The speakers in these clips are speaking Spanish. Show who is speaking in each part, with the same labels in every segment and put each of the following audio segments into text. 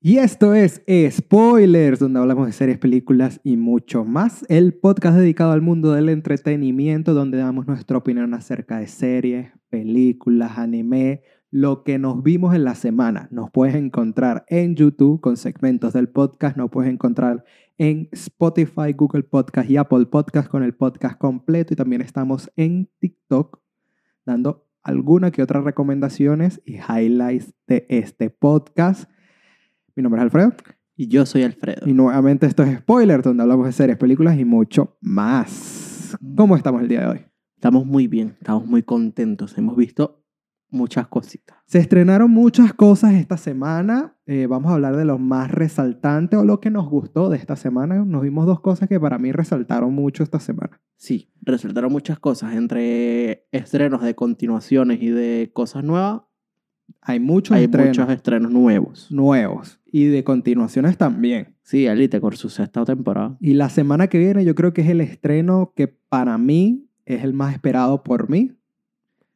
Speaker 1: Y esto es Spoilers, donde hablamos de series, películas y mucho más. El podcast dedicado al mundo del entretenimiento, donde damos nuestra opinión acerca de series, películas, anime, lo que nos vimos en la semana. Nos puedes encontrar en YouTube con segmentos del podcast, nos puedes encontrar en Spotify, Google Podcast y Apple Podcast con el podcast completo y también estamos en TikTok dando alguna que otras recomendaciones y highlights de este podcast. Mi nombre es Alfredo
Speaker 2: Y yo soy Alfredo.
Speaker 1: y nuevamente esto es Spoiler, donde hablamos de series, películas y mucho más. ¿Cómo estamos el día de hoy?
Speaker 2: Estamos muy bien, estamos muy contentos. Hemos visto muchas cositas.
Speaker 1: Se estrenaron muchas cosas esta semana. Eh, vamos a hablar de lo más resaltante o lo que nos gustó de esta semana. Nos vimos dos cosas que para mí resaltaron mucho esta semana.
Speaker 2: Sí, resultaron muchas cosas. Entre estrenos de continuaciones y de cosas nuevas,
Speaker 1: Hay muchos
Speaker 2: hay
Speaker 1: estrenos
Speaker 2: muchos estrenos nuevos.
Speaker 1: nuevos y de continuaciones también.
Speaker 2: Sí, Elite con su sexta temporada.
Speaker 1: Y la semana que viene yo creo que es el estreno que para mí es el más esperado por mí.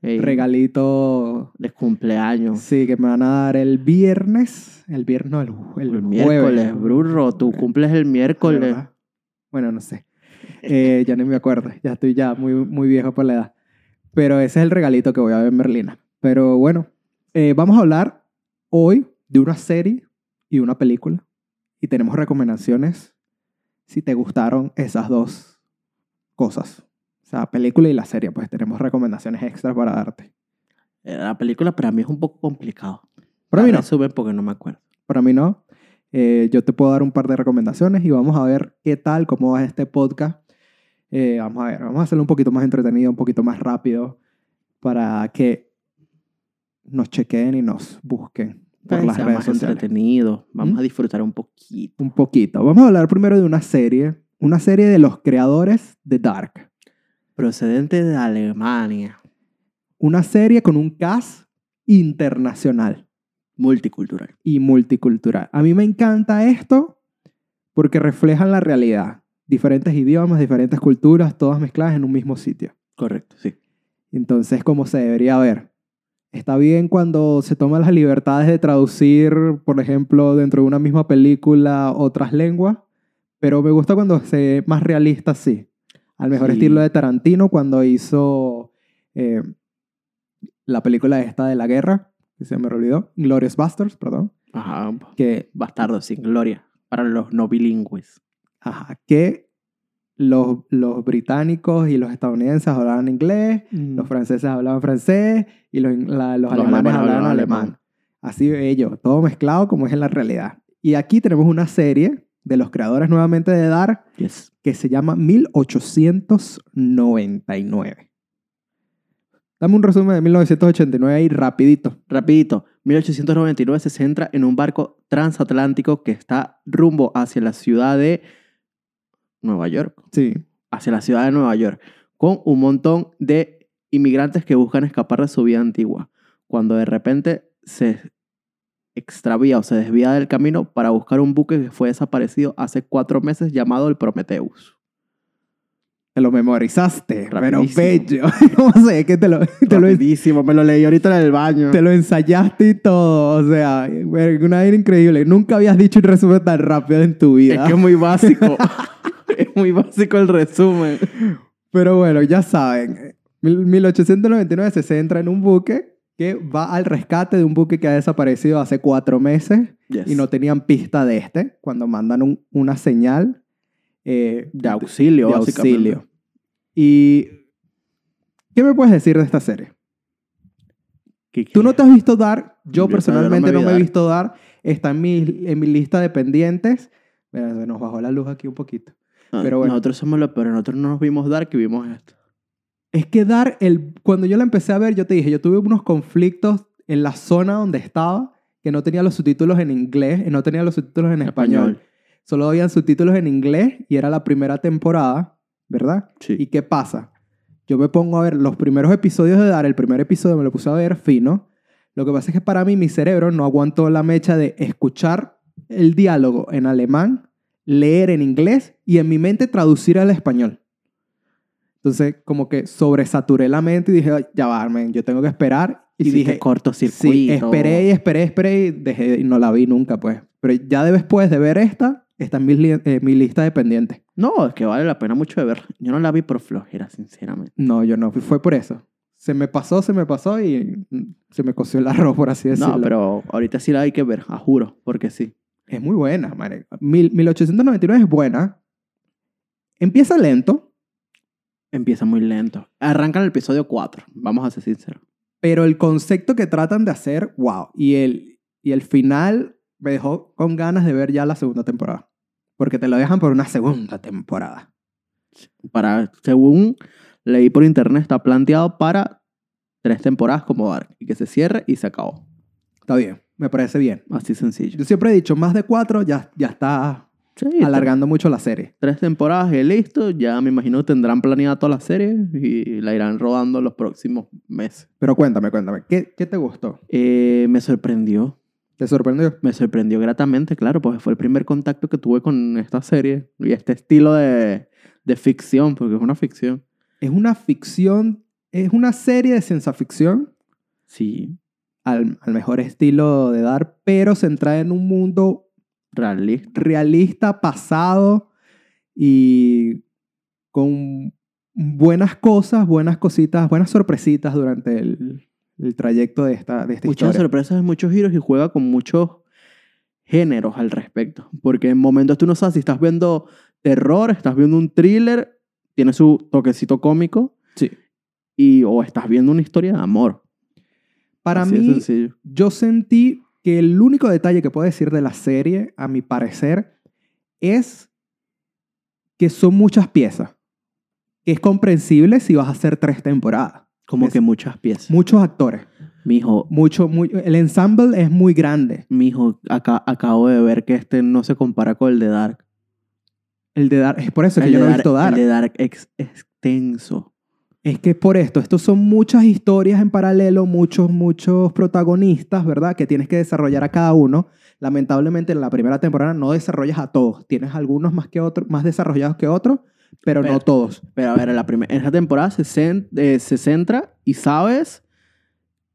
Speaker 2: Ey,
Speaker 1: Regalito,
Speaker 2: De cumpleaños.
Speaker 1: sí, que me van a dar el viernes. El viernes, no, el, ju- el
Speaker 2: El
Speaker 1: jueves.
Speaker 2: miércoles, Bruno. Tú
Speaker 1: Ok.
Speaker 2: cumples el miércoles.
Speaker 1: ¿Verdad? Bueno, no sé. Eh, ya no me acuerdo. Ya estoy ya muy, muy viejo por la edad. Pero ese es el regalito que voy a ver en Merlina. Pero bueno, eh, vamos a hablar hoy de una serie y una película. Y tenemos recomendaciones si te gustaron esas dos cosas. O sea, película y la serie. Pues tenemos recomendaciones extras para darte.
Speaker 2: Eh, La película para mí es un poco complicado.
Speaker 1: Para
Speaker 2: La
Speaker 1: mí no.
Speaker 2: resumen porque no me acuerdo.
Speaker 1: Para mí no. Eh, yo te puedo dar un par de recomendaciones y vamos a ver qué tal, cómo va este podcast. Eh, vamos a ver, vamos a hacerlo un poquito más entretenido, un poquito más rápido para que nos chequen y nos busquen por
Speaker 2: Para que
Speaker 1: las
Speaker 2: sea
Speaker 1: redes
Speaker 2: más
Speaker 1: sociales.
Speaker 2: entretenido. Vamos
Speaker 1: ¿Mm?
Speaker 2: a disfrutar un poquito.
Speaker 1: Un poquito. Vamos a hablar primero de una serie, una serie de los creadores de Dark.
Speaker 2: Procedente de Alemania.
Speaker 1: Una serie con un cast internacional.
Speaker 2: Multicultural.
Speaker 1: y multicultural. A mí me encanta esto porque reflejan la realidad. Diferentes idiomas, diferentes culturas, todas mezcladas en un mismo sitio.
Speaker 2: Correcto, sí.
Speaker 1: Entonces, como se debería ver. Está bien cuando se toman las libertades de traducir, por ejemplo, dentro de una misma película otras lenguas, pero me gusta cuando se más realista, sí. Al mejor
Speaker 2: Sí.
Speaker 1: estilo de Tarantino cuando hizo eh, la película esta de la guerra, que se me olvidó, Glorious Busters, perdón,
Speaker 2: Ajá,
Speaker 1: que
Speaker 2: bastardo sin gloria para los no bilingües.
Speaker 1: Ajá, que los, los británicos y los estadounidenses hablaban inglés,
Speaker 2: Mm.
Speaker 1: los franceses hablaban francés y los, in- la- los
Speaker 2: Los
Speaker 1: alemanes
Speaker 2: alemanes
Speaker 1: hablaban
Speaker 2: hablaban
Speaker 1: alemán.
Speaker 2: alemán.
Speaker 1: Así ellos, todo mezclado como es en la realidad. Y aquí tenemos una serie de los creadores nuevamente de Dark
Speaker 2: Yes.
Speaker 1: que se llama 1899. Dame un resumen de 1989 ahí rapidito.
Speaker 2: Rapidito, 1899 se centra en un barco transatlántico que está rumbo hacia la ciudad de Nueva York,
Speaker 1: Sí.
Speaker 2: hacia la ciudad de Nueva York, con un montón de inmigrantes que buscan escapar de su vida antigua, cuando de repente se extravía o se desvía del camino para buscar un buque que fue desaparecido hace cuatro meses llamado el Prometheus.
Speaker 1: Te lo memorizaste,
Speaker 2: Rapidísimo.
Speaker 1: pero bello. ¿Cómo sé que te lo, te lo,
Speaker 2: Rapidísimo, me lo leí ahorita en el baño.
Speaker 1: Te lo ensayaste y todo, o sea, verga, una vaina increíble. Nunca habías dicho un resumen tan rápido en tu vida.
Speaker 2: Es que es muy básico. es muy básico el resumen.
Speaker 1: Pero bueno, ya saben, mil- 1899 se centra en un buque que va al rescate de un buque que ha desaparecido hace cuatro meses y no tenían pista de este cuando mandan un- una señal eh,
Speaker 2: de auxilio,
Speaker 1: de
Speaker 2: básicamente.
Speaker 1: auxilio. ¿Y qué me puedes decir de esta serie?
Speaker 2: ¿Qué- qué?
Speaker 1: Tú no te has visto dar, yo
Speaker 2: Yo todavía
Speaker 1: personalmente no
Speaker 2: no me vi
Speaker 1: me he
Speaker 2: Dark.
Speaker 1: visto dar, está en mi, en mi lista de pendientes. Mira, se nos bajó la luz aquí un poquito.
Speaker 2: No,
Speaker 1: pero bueno.
Speaker 2: Ah, Nosotros somos los pero Nosotros no nos vimos dar que vimos esto.
Speaker 1: Es que dar, el, cuando yo la empecé a ver, yo te dije, yo tuve unos conflictos en la zona donde estaba, que no tenía los subtítulos en inglés, eh, no tenía los subtítulos en español. Solo habían subtítulos en inglés y era la primera temporada, ¿verdad?
Speaker 2: Sí.
Speaker 1: ¿Y qué pasa? Yo me pongo a ver los primeros episodios de Dar, el primer episodio me lo puse a ver fino. Lo que pasa es que para mí mi cerebro no aguantó la mecha de escuchar el diálogo en alemán, leer en inglés y en mi mente traducir al español. Entonces, como que sobresaturé la mente y dije, "Ay, ya va, men, yo tengo que esperar
Speaker 2: Y, dije,
Speaker 1: dije,
Speaker 2: cortocircuito.
Speaker 1: Sí, esperé y esperé, esperé y dejé, y no la vi nunca, pues. Pero ya de- después de ver esta, está en mi, li- eh, mi lista de pendientes.
Speaker 2: No, es que vale la pena mucho de verla. Yo no la vi por flojera, sinceramente.
Speaker 1: No, yo no, fui- fue por eso. Se me pasó, se me pasó y mm, se me coció el arroz, por así decirlo.
Speaker 2: No, pero ahorita sí la hay que ver, a juro, porque sí.
Speaker 1: Es muy buena, madre. 1899 es buena. Empieza lento,
Speaker 2: Empieza muy lento. Arranca en el episodio 4, vamos a ser sinceros.
Speaker 1: pero el concepto que tratan de hacer, wow. Y el, y el final me dejó con ganas de ver ya la segunda temporada. Porque te lo dejan por una segunda temporada.
Speaker 2: Para, según leí por internet, está planteado para tres temporadas como Dark. Y que se cierre y se acabó.
Speaker 1: Está bien, me parece bien.
Speaker 2: Así sencillo.
Speaker 1: Yo siempre he dicho, más de cuatro ya, ya está
Speaker 2: Sí,
Speaker 1: alargando mucho la serie.
Speaker 2: Tres temporadas y listo. Ya me imagino tendrán planeada toda la serie y la irán rodando los próximos meses.
Speaker 1: Pero cuéntame, cuéntame, ¿qué, qué te gustó?
Speaker 2: Eh, me sorprendió.
Speaker 1: ¿Te sorprendió?
Speaker 2: Me sorprendió gratamente, claro, porque fue el primer contacto que tuve con esta serie y este estilo de, de ficción, porque es una ficción.
Speaker 1: Es una ficción, es una serie de ciencia ficción
Speaker 2: Sí,
Speaker 1: al, al mejor estilo de dar, pero centrada en un mundo
Speaker 2: realista.
Speaker 1: realista, pasado y con buenas cosas, buenas cositas, buenas sorpresitas durante el, el trayecto de esta, de esta
Speaker 2: Muchas
Speaker 1: historia.
Speaker 2: sorpresas, muchos giros y juega con muchos géneros al respecto. Porque en momentos tú no sabes si estás viendo terror, estás viendo un thriller, tiene su toquecito cómico.
Speaker 1: Sí.
Speaker 2: Y, o estás viendo una historia de amor.
Speaker 1: Para
Speaker 2: Así de
Speaker 1: mí,
Speaker 2: sencillo.
Speaker 1: yo sentí que el único detalle que puedo decir de la serie, a mi parecer, es que son muchas piezas. Que es comprensible si vas a hacer tres temporadas.
Speaker 2: Como
Speaker 1: es-
Speaker 2: que muchas piezas.
Speaker 1: Muchos actores.
Speaker 2: Mijo,
Speaker 1: Mucho, muy, el ensemble es muy grande.
Speaker 2: mijo, acá, acabo de ver que este no se compara con el de Dark.
Speaker 1: El de Dark, es por eso que
Speaker 2: El
Speaker 1: yo
Speaker 2: de
Speaker 1: no he visto
Speaker 2: Dark-
Speaker 1: Dark.
Speaker 2: El de Dark es extenso.
Speaker 1: Es que es por esto. Estos son muchas historias en paralelo, muchos, muchos protagonistas, ¿verdad? Que tienes que desarrollar a cada uno. Lamentablemente en la primera temporada no desarrollas a todos. Tienes algunos más que otros, más desarrollados que otros, pero,
Speaker 2: Pero-
Speaker 1: no todos.
Speaker 2: Pero a ver, en la primera, esta temporada se, cen- eh, se centra y sabes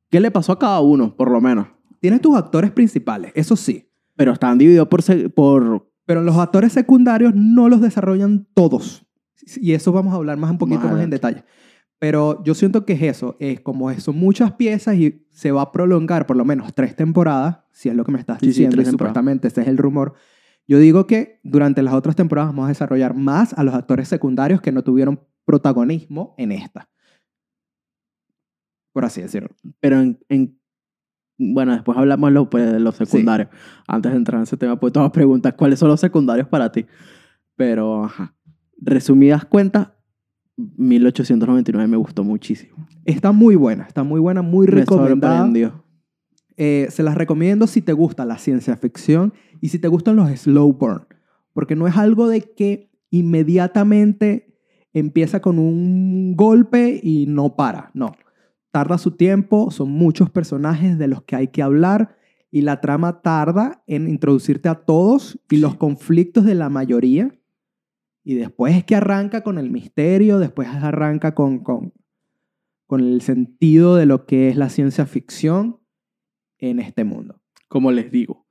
Speaker 2: qué le pasó a cada uno, por lo menos.
Speaker 1: Tienes tus actores principales, eso sí.
Speaker 2: Pero están divididos por, se- por
Speaker 1: Pero los actores secundarios no los desarrollan todos. Y eso vamos a hablar más un poquito
Speaker 2: Más
Speaker 1: más, en
Speaker 2: adelante.
Speaker 1: detalle. Pero yo siento que es eso, es como eso, muchas piezas y se va a prolongar por lo menos tres temporadas, si es lo que me estás
Speaker 2: Sí, sí,
Speaker 1: diciendo,
Speaker 2: tres
Speaker 1: y
Speaker 2: temporadas.
Speaker 1: supuestamente ese es el rumor. Yo digo que durante las otras temporadas vamos a desarrollar más a los actores secundarios que no tuvieron protagonismo en esta. Por así decirlo.
Speaker 2: pero en, en- bueno, después hablamos de los, pues, de los secundarios. Antes de entrar en ese tema, pues te voy a preguntar cuáles son los secundarios para ti. Pero, ajá. Resumidas cuentas, 1899 me gustó muchísimo.
Speaker 1: Está muy buena, está muy buena, muy
Speaker 2: Me
Speaker 1: recomendada.
Speaker 2: sorprendió.
Speaker 1: Eh, se las recomiendo si te gusta la ciencia ficción y si te gustan los slow burn, porque no es algo de que inmediatamente empieza con un golpe y no para, no. Tarda su tiempo, son muchos personajes de los que hay que hablar y la trama tarda en introducirte a todos y los
Speaker 2: Sí.
Speaker 1: conflictos de la mayoría. Y después es que arranca con el misterio, después arranca con, con, con el sentido de lo que es la ciencia ficción en este mundo.
Speaker 2: como les digo,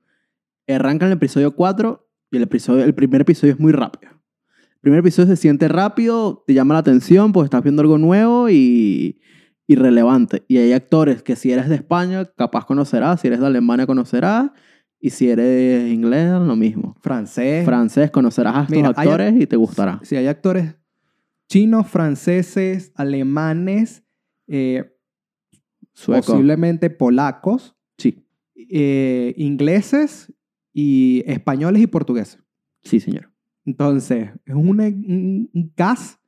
Speaker 2: arranca en el episodio 4 y el, episodio, el primer episodio es muy rápido. El primer episodio se siente rápido, te llama la atención porque estás viendo algo nuevo y, y relevante. Y hay actores que si eres de España, capaz conocerás, si eres de Alemania, conocerás, y si eres inglés, lo mismo.
Speaker 1: Francés.
Speaker 2: Francés, conocerás a estos
Speaker 1: Eh, Mira, hay-
Speaker 2: actores y te gustará.
Speaker 1: Si hay actores chinos, franceses, alemanes, eh,
Speaker 2: Sueco.
Speaker 1: posiblemente polacos,
Speaker 2: Sí,
Speaker 1: eh, ingleses y españoles y portugueses.
Speaker 2: sí, señor.
Speaker 1: Entonces, es un, e- un, un cast,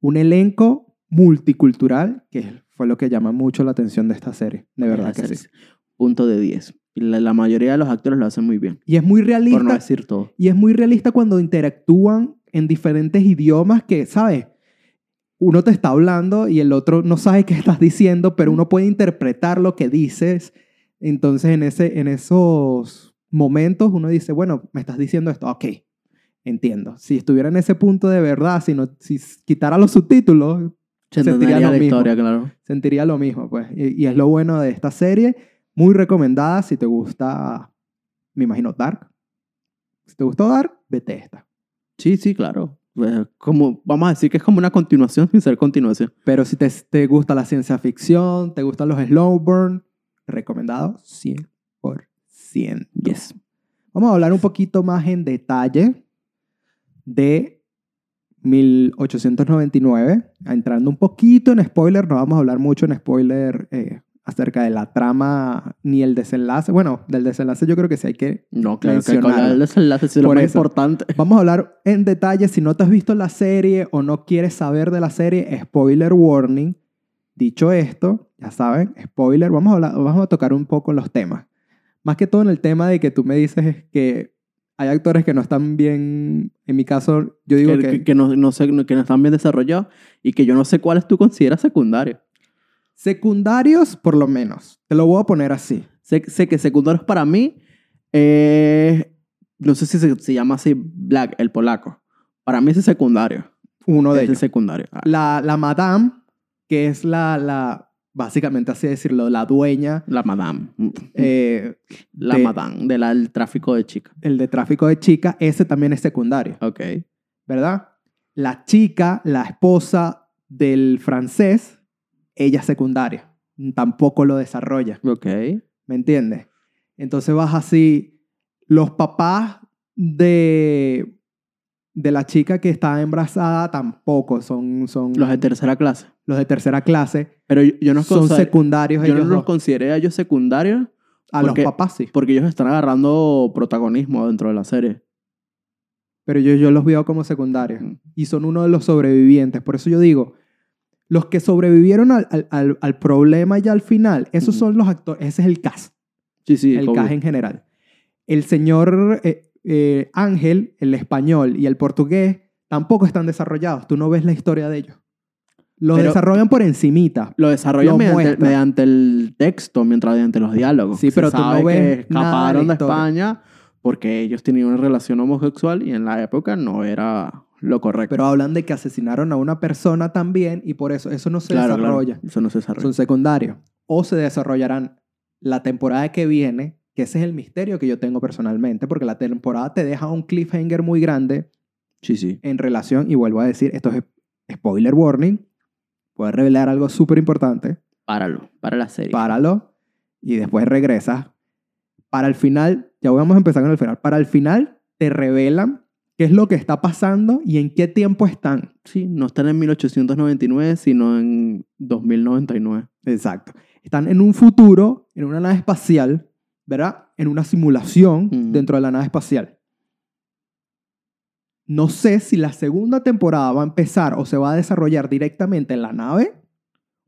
Speaker 1: un elenco multicultural, que fue lo que llama mucho la atención de esta serie. De verdad que sí.
Speaker 2: Punto de 10. Y la, la mayoría de los actores lo hacen muy bien.
Speaker 1: Y es muy
Speaker 2: Por no
Speaker 1: realista
Speaker 2: decir todo.
Speaker 1: Y es muy realista cuando interactúan en diferentes idiomas que, ¿sabes? Uno te está hablando y el otro no sabe qué estás diciendo, pero uno puede interpretar lo que dices. Entonces, en, ese, en esos momentos, uno dice, bueno, me estás diciendo esto, ok, entiendo. Si estuviera en ese punto de verdad, si, no, si s- quitara los subtítulos,
Speaker 2: Se
Speaker 1: Sentiría
Speaker 2: entendería
Speaker 1: lo
Speaker 2: la
Speaker 1: mismo.
Speaker 2: historia, claro.
Speaker 1: Sentiría lo mismo, pues. Y, y es lo bueno de esta serie. Muy recomendada si te gusta, me imagino, Dark. Si te gustó Dark, vete esta.
Speaker 2: Sí, sí, claro. Eh, Como, vamos a decir que es como una continuación sin ser continuación.
Speaker 1: Pero si te, te gusta la ciencia ficción, te gustan los slow burn, recomendado 100%.
Speaker 2: Yes.
Speaker 1: Vamos a hablar un poquito más en detalle de 1899, Ah, entrando un poquito en spoiler, no vamos a hablar mucho en spoiler eh, acerca de la trama ni el desenlace. Bueno, del desenlace yo creo que sí hay que...
Speaker 2: No, claro, que hay que
Speaker 1: Mencionarlo.
Speaker 2: hablar del desenlace, si es lo
Speaker 1: Por
Speaker 2: más
Speaker 1: eso.
Speaker 2: importante.
Speaker 1: Vamos a hablar en detalle, si no te has visto la serie o no quieres saber de la serie, spoiler warning. Dicho esto, ya saben, spoiler, vamos a, hablar- vamos a tocar un poco los temas. Más que todo en el tema de que tú me dices que hay actores que no están bien, en mi caso, yo digo
Speaker 2: que,
Speaker 1: que...
Speaker 2: que- que no, no sé, que no están bien desarrollados y que yo no sé cuáles tú consideras secundarios.
Speaker 1: Secundarios, por lo menos. Te lo voy a poner así.
Speaker 2: Sé, sé que secundarios para mí, eh, no sé si se, se llama así Black, el polaco. Para mí ese es secundario.
Speaker 1: Uno de
Speaker 2: Ese es
Speaker 1: ellos.
Speaker 2: secundario. Ah,
Speaker 1: La, la madame, que es la, la, básicamente así decirlo, la dueña,
Speaker 2: La madame.
Speaker 1: eh,
Speaker 2: La
Speaker 1: de-
Speaker 2: madame del al tráfico de chicas.
Speaker 1: el de tráfico de chicas, ese también es secundario,
Speaker 2: Ok.
Speaker 1: ¿verdad? La chica, la esposa del francés, ella es secundaria. Tampoco lo desarrolla.
Speaker 2: Ok.
Speaker 1: ¿Me entiendes? Entonces vas así, los papás de, de la chica que está embarazada tampoco son, son
Speaker 2: Los de tercera clase.
Speaker 1: los de tercera clase,
Speaker 2: Pero yo, yo no,
Speaker 1: son
Speaker 2: consider-
Speaker 1: secundarios
Speaker 2: yo no
Speaker 1: ellos
Speaker 2: los
Speaker 1: dos.
Speaker 2: consideré a ellos secundarios
Speaker 1: a los
Speaker 2: porque-
Speaker 1: papás sí,
Speaker 2: porque ellos están agarrando protagonismo dentro de la serie.
Speaker 1: pero yo, yo los veo como secundarios y son uno de los sobrevivientes, por eso yo digo, los que sobrevivieron al, al- al- al problema ya al final, esos
Speaker 2: Ujú.
Speaker 1: son los actores, ese es el cast.
Speaker 2: Sí, sí.
Speaker 1: el
Speaker 2: obvio.
Speaker 1: caja en general. El señor eh, eh, Ángel, el español y el portugués tampoco están desarrollados. Tú no ves la historia de ellos. Los
Speaker 2: Pero-
Speaker 1: desarrollan por encimita.
Speaker 2: Lo desarrollan
Speaker 1: Lo
Speaker 2: mediante,
Speaker 1: muestra.
Speaker 2: mediante el texto, mientras mediante los diálogos.
Speaker 1: Sí, pero tú no
Speaker 2: sabe
Speaker 1: ves nada de
Speaker 2: que
Speaker 1: la
Speaker 2: escaparon de
Speaker 1: historia.
Speaker 2: España porque ellos tenían una relación homosexual y en la época no era lo correcto.
Speaker 1: Pero hablan de que asesinaron a una persona también y por eso eso no se
Speaker 2: Claro, claro,
Speaker 1: desarrolla.
Speaker 2: Eso no se desarrolla.
Speaker 1: Son secundarios. O se desarrollarán la temporada que viene, que ese es el misterio que yo tengo personalmente, porque la temporada te deja un cliffhanger muy grande
Speaker 2: Sí, sí.
Speaker 1: en relación, y vuelvo a decir, esto es spoiler warning, puedes revelar algo súper importante,
Speaker 2: Páralo. Para la serie.
Speaker 1: páralo y después regresas. Para el final, ya vamos a empezar con el final, para el final te revelan qué es lo que está pasando y en qué tiempo están.
Speaker 2: Sí, no están en 1899, sino en 2099.
Speaker 1: Exacto. Están en un futuro, en una nave espacial, ¿verdad? En una simulación
Speaker 2: Ujú.
Speaker 1: dentro de la nave espacial. No sé si la segunda temporada va a empezar o se va a desarrollar directamente en la nave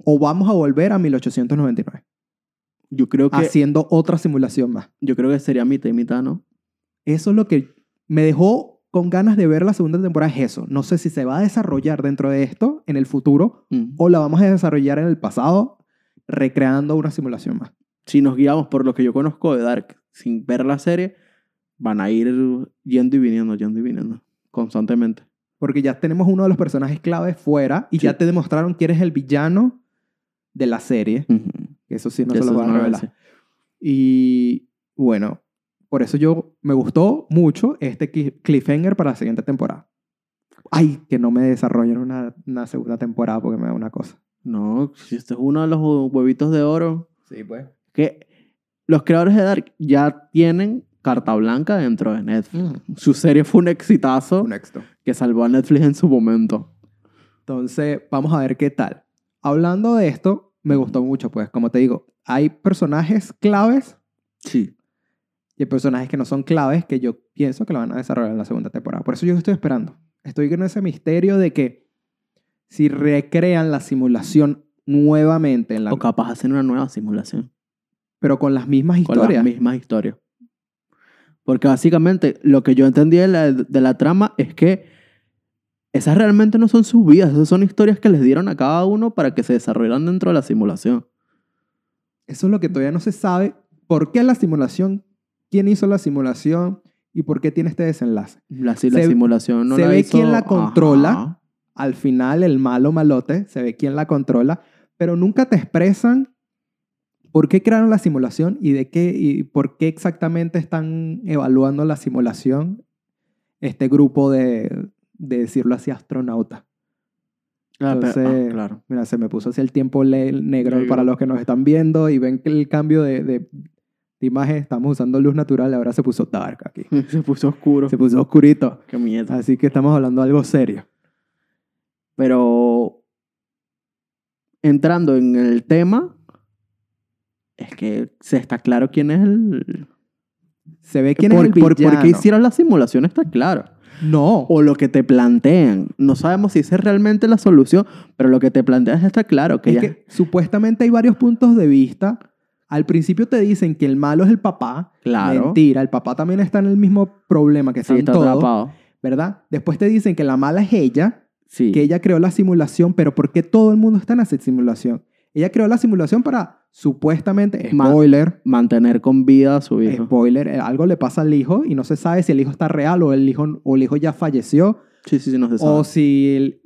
Speaker 1: o vamos a volver a 1899
Speaker 2: Yo creo que,
Speaker 1: haciendo otra simulación más.
Speaker 2: yo creo que sería mitad y mitad, ¿no?
Speaker 1: Eso es lo que me dejó con ganas de ver la segunda temporada, es eso. No sé si se va a desarrollar dentro de esto en el futuro
Speaker 2: Mm.
Speaker 1: o la vamos a desarrollar en el pasado recreando una simulación más.
Speaker 2: si nos guiamos por lo que yo conozco de Dark sin ver la serie, van a ir yendo y viniendo, yendo y viniendo, constantemente.
Speaker 1: Porque ya tenemos uno de los personajes claves fuera y
Speaker 2: Sí.
Speaker 1: ya te demostraron quién es el villano de la serie. Eso sí, no
Speaker 2: Eso
Speaker 1: se lo van
Speaker 2: no
Speaker 1: a
Speaker 2: lo
Speaker 1: revelar.
Speaker 2: sé.
Speaker 1: Y bueno, por eso yo me gustó mucho este cli- cliffhanger para la siguiente temporada. Ay, que no me desarrollen una, una segunda temporada porque me da una cosa.
Speaker 2: No, si este es uno de los huevitos de oro
Speaker 1: Sí, pues.
Speaker 2: que los creadores de Dark ya tienen carta blanca dentro de Netflix.
Speaker 1: Mm.
Speaker 2: Su serie fue un exitazo
Speaker 1: Un éxito.
Speaker 2: que salvó a Netflix en su momento.
Speaker 1: Entonces, vamos a ver qué tal. Hablando de esto, me gustó mucho, pues, como te digo, hay personajes claves
Speaker 2: Sí.
Speaker 1: y hay personajes que no son claves que yo pienso que lo van a desarrollar en la segunda temporada. Por eso yo estoy esperando. Estoy con ese misterio de que si recrean la simulación nuevamente en la
Speaker 2: O capaz hacen una nueva simulación
Speaker 1: pero con las mismas
Speaker 2: con las
Speaker 1: historias.
Speaker 2: mismas historias. Porque básicamente lo que yo entendí de la, de la trama es que esas realmente no son sus vidas, esas son historias que les dieron a cada uno para que se desarrollaran dentro de la simulación.
Speaker 1: Eso es lo que todavía no se sabe. ¿Por qué la simulación? ¿Quién hizo la simulación? ¿Y por qué tiene este desenlace?
Speaker 2: La, si la
Speaker 1: Se-
Speaker 2: simulación no
Speaker 1: se
Speaker 2: la
Speaker 1: ve
Speaker 2: hizo-
Speaker 1: quién la
Speaker 2: Ajá. Ah,
Speaker 1: controla. al final el malo malote, se ve quién la controla, pero nunca te expresan por qué crearon la simulación y de qué y por qué exactamente están evaluando la simulación este grupo de, de decirlo así, astronautas.
Speaker 2: Ah, pero- ah,
Speaker 1: Entonces,
Speaker 2: claro.
Speaker 1: Mira, se me puso así el tiempo le- negro
Speaker 2: Negro.
Speaker 1: para los que nos están viendo y ven que el cambio de, de- de imagen. Estamos usando luz natural, ahora se puso dark aquí.
Speaker 2: Se puso oscuro.
Speaker 1: Se Ah, puso oscurito.
Speaker 2: Qué miedo.
Speaker 1: Así que estamos hablando de algo serio.
Speaker 2: Pero entrando en el tema, es que se está claro quién es el...
Speaker 1: Se ve quién es
Speaker 2: por,
Speaker 1: el
Speaker 2: por- por
Speaker 1: villano.
Speaker 2: qué hicieron la simulación está claro.
Speaker 1: No.
Speaker 2: O lo que te plantean. No sabemos si esa es realmente la solución, pero lo que te planteas está claro. Que
Speaker 1: es
Speaker 2: ya-
Speaker 1: que supuestamente hay varios puntos de vista. Al principio te dicen que el malo es el papá.
Speaker 2: claro.
Speaker 1: Mentira, el papá también está en el mismo problema que
Speaker 2: Sí,
Speaker 1: están
Speaker 2: está
Speaker 1: todos,
Speaker 2: atrapado.
Speaker 1: ¿verdad? Después te dicen que la mala es ella,
Speaker 2: Sí.
Speaker 1: que ella creó la simulación, pero ¿por qué todo el mundo está en esa simulación? Ella creó la simulación para supuestamente,
Speaker 2: Ma-
Speaker 1: spoiler,
Speaker 2: Mantener con vida a su hijo.
Speaker 1: spoiler, eh, algo le pasa al hijo y no se sabe si el hijo está real o el hijo, o el hijo ya falleció
Speaker 2: Sí, sí, sí, no se sabe.
Speaker 1: o si el-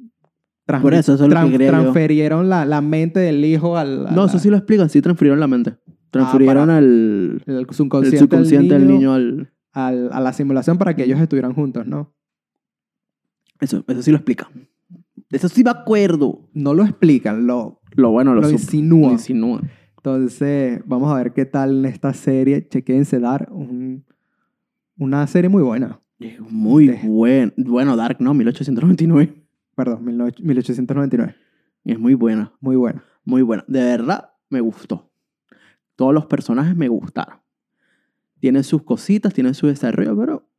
Speaker 1: trans-
Speaker 2: Por eso, eso es lo que quería yo.
Speaker 1: transferieron la, la mente del hijo al, al-
Speaker 2: no, eso sí lo explican. Sí, transfirieron la mente. Transfirieron
Speaker 1: Ah, para-
Speaker 2: el,
Speaker 1: al
Speaker 2: el
Speaker 1: subconsciente,
Speaker 2: subconsciente
Speaker 1: del niño,
Speaker 2: al...
Speaker 1: al- a la simulación para que ellos estuvieran juntos, ¿no?
Speaker 2: Eso, eso sí lo explica. Eso sí me acuerdo.
Speaker 1: No lo explican, lo,
Speaker 2: Lo bueno,
Speaker 1: lo,
Speaker 2: lo, sup-
Speaker 1: insinúan.
Speaker 2: lo insinúa.
Speaker 1: Entonces, vamos a ver qué tal en esta serie. Chequéense dar un- una serie muy buena.
Speaker 2: Es Muy
Speaker 1: De-
Speaker 2: buen. Bueno, Dark, no, 1899.
Speaker 1: Perdón, 19- 1899.
Speaker 2: Es muy buena,
Speaker 1: Muy buena.
Speaker 2: muy buena. De verdad, me gustó. Todos los personajes me gustaron. Tienen sus cositas, tienen su desarrollo, pero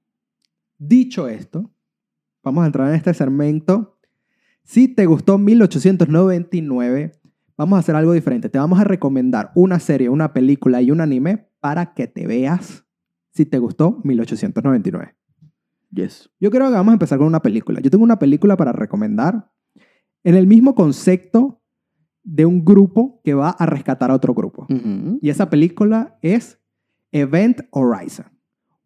Speaker 1: Dicho esto, vamos a entrar en este segmento. Si te gustó 1899, vamos a hacer algo diferente. Te vamos a recomendar una serie, una película y un anime para que te veas si te gustó 1899.
Speaker 2: yes.
Speaker 1: Yo creo que vamos a empezar con una película. Yo tengo una película para recomendar en el mismo concepto de un grupo que va a rescatar a otro grupo.
Speaker 2: Ujú.
Speaker 1: Y esa película es Event Horizon,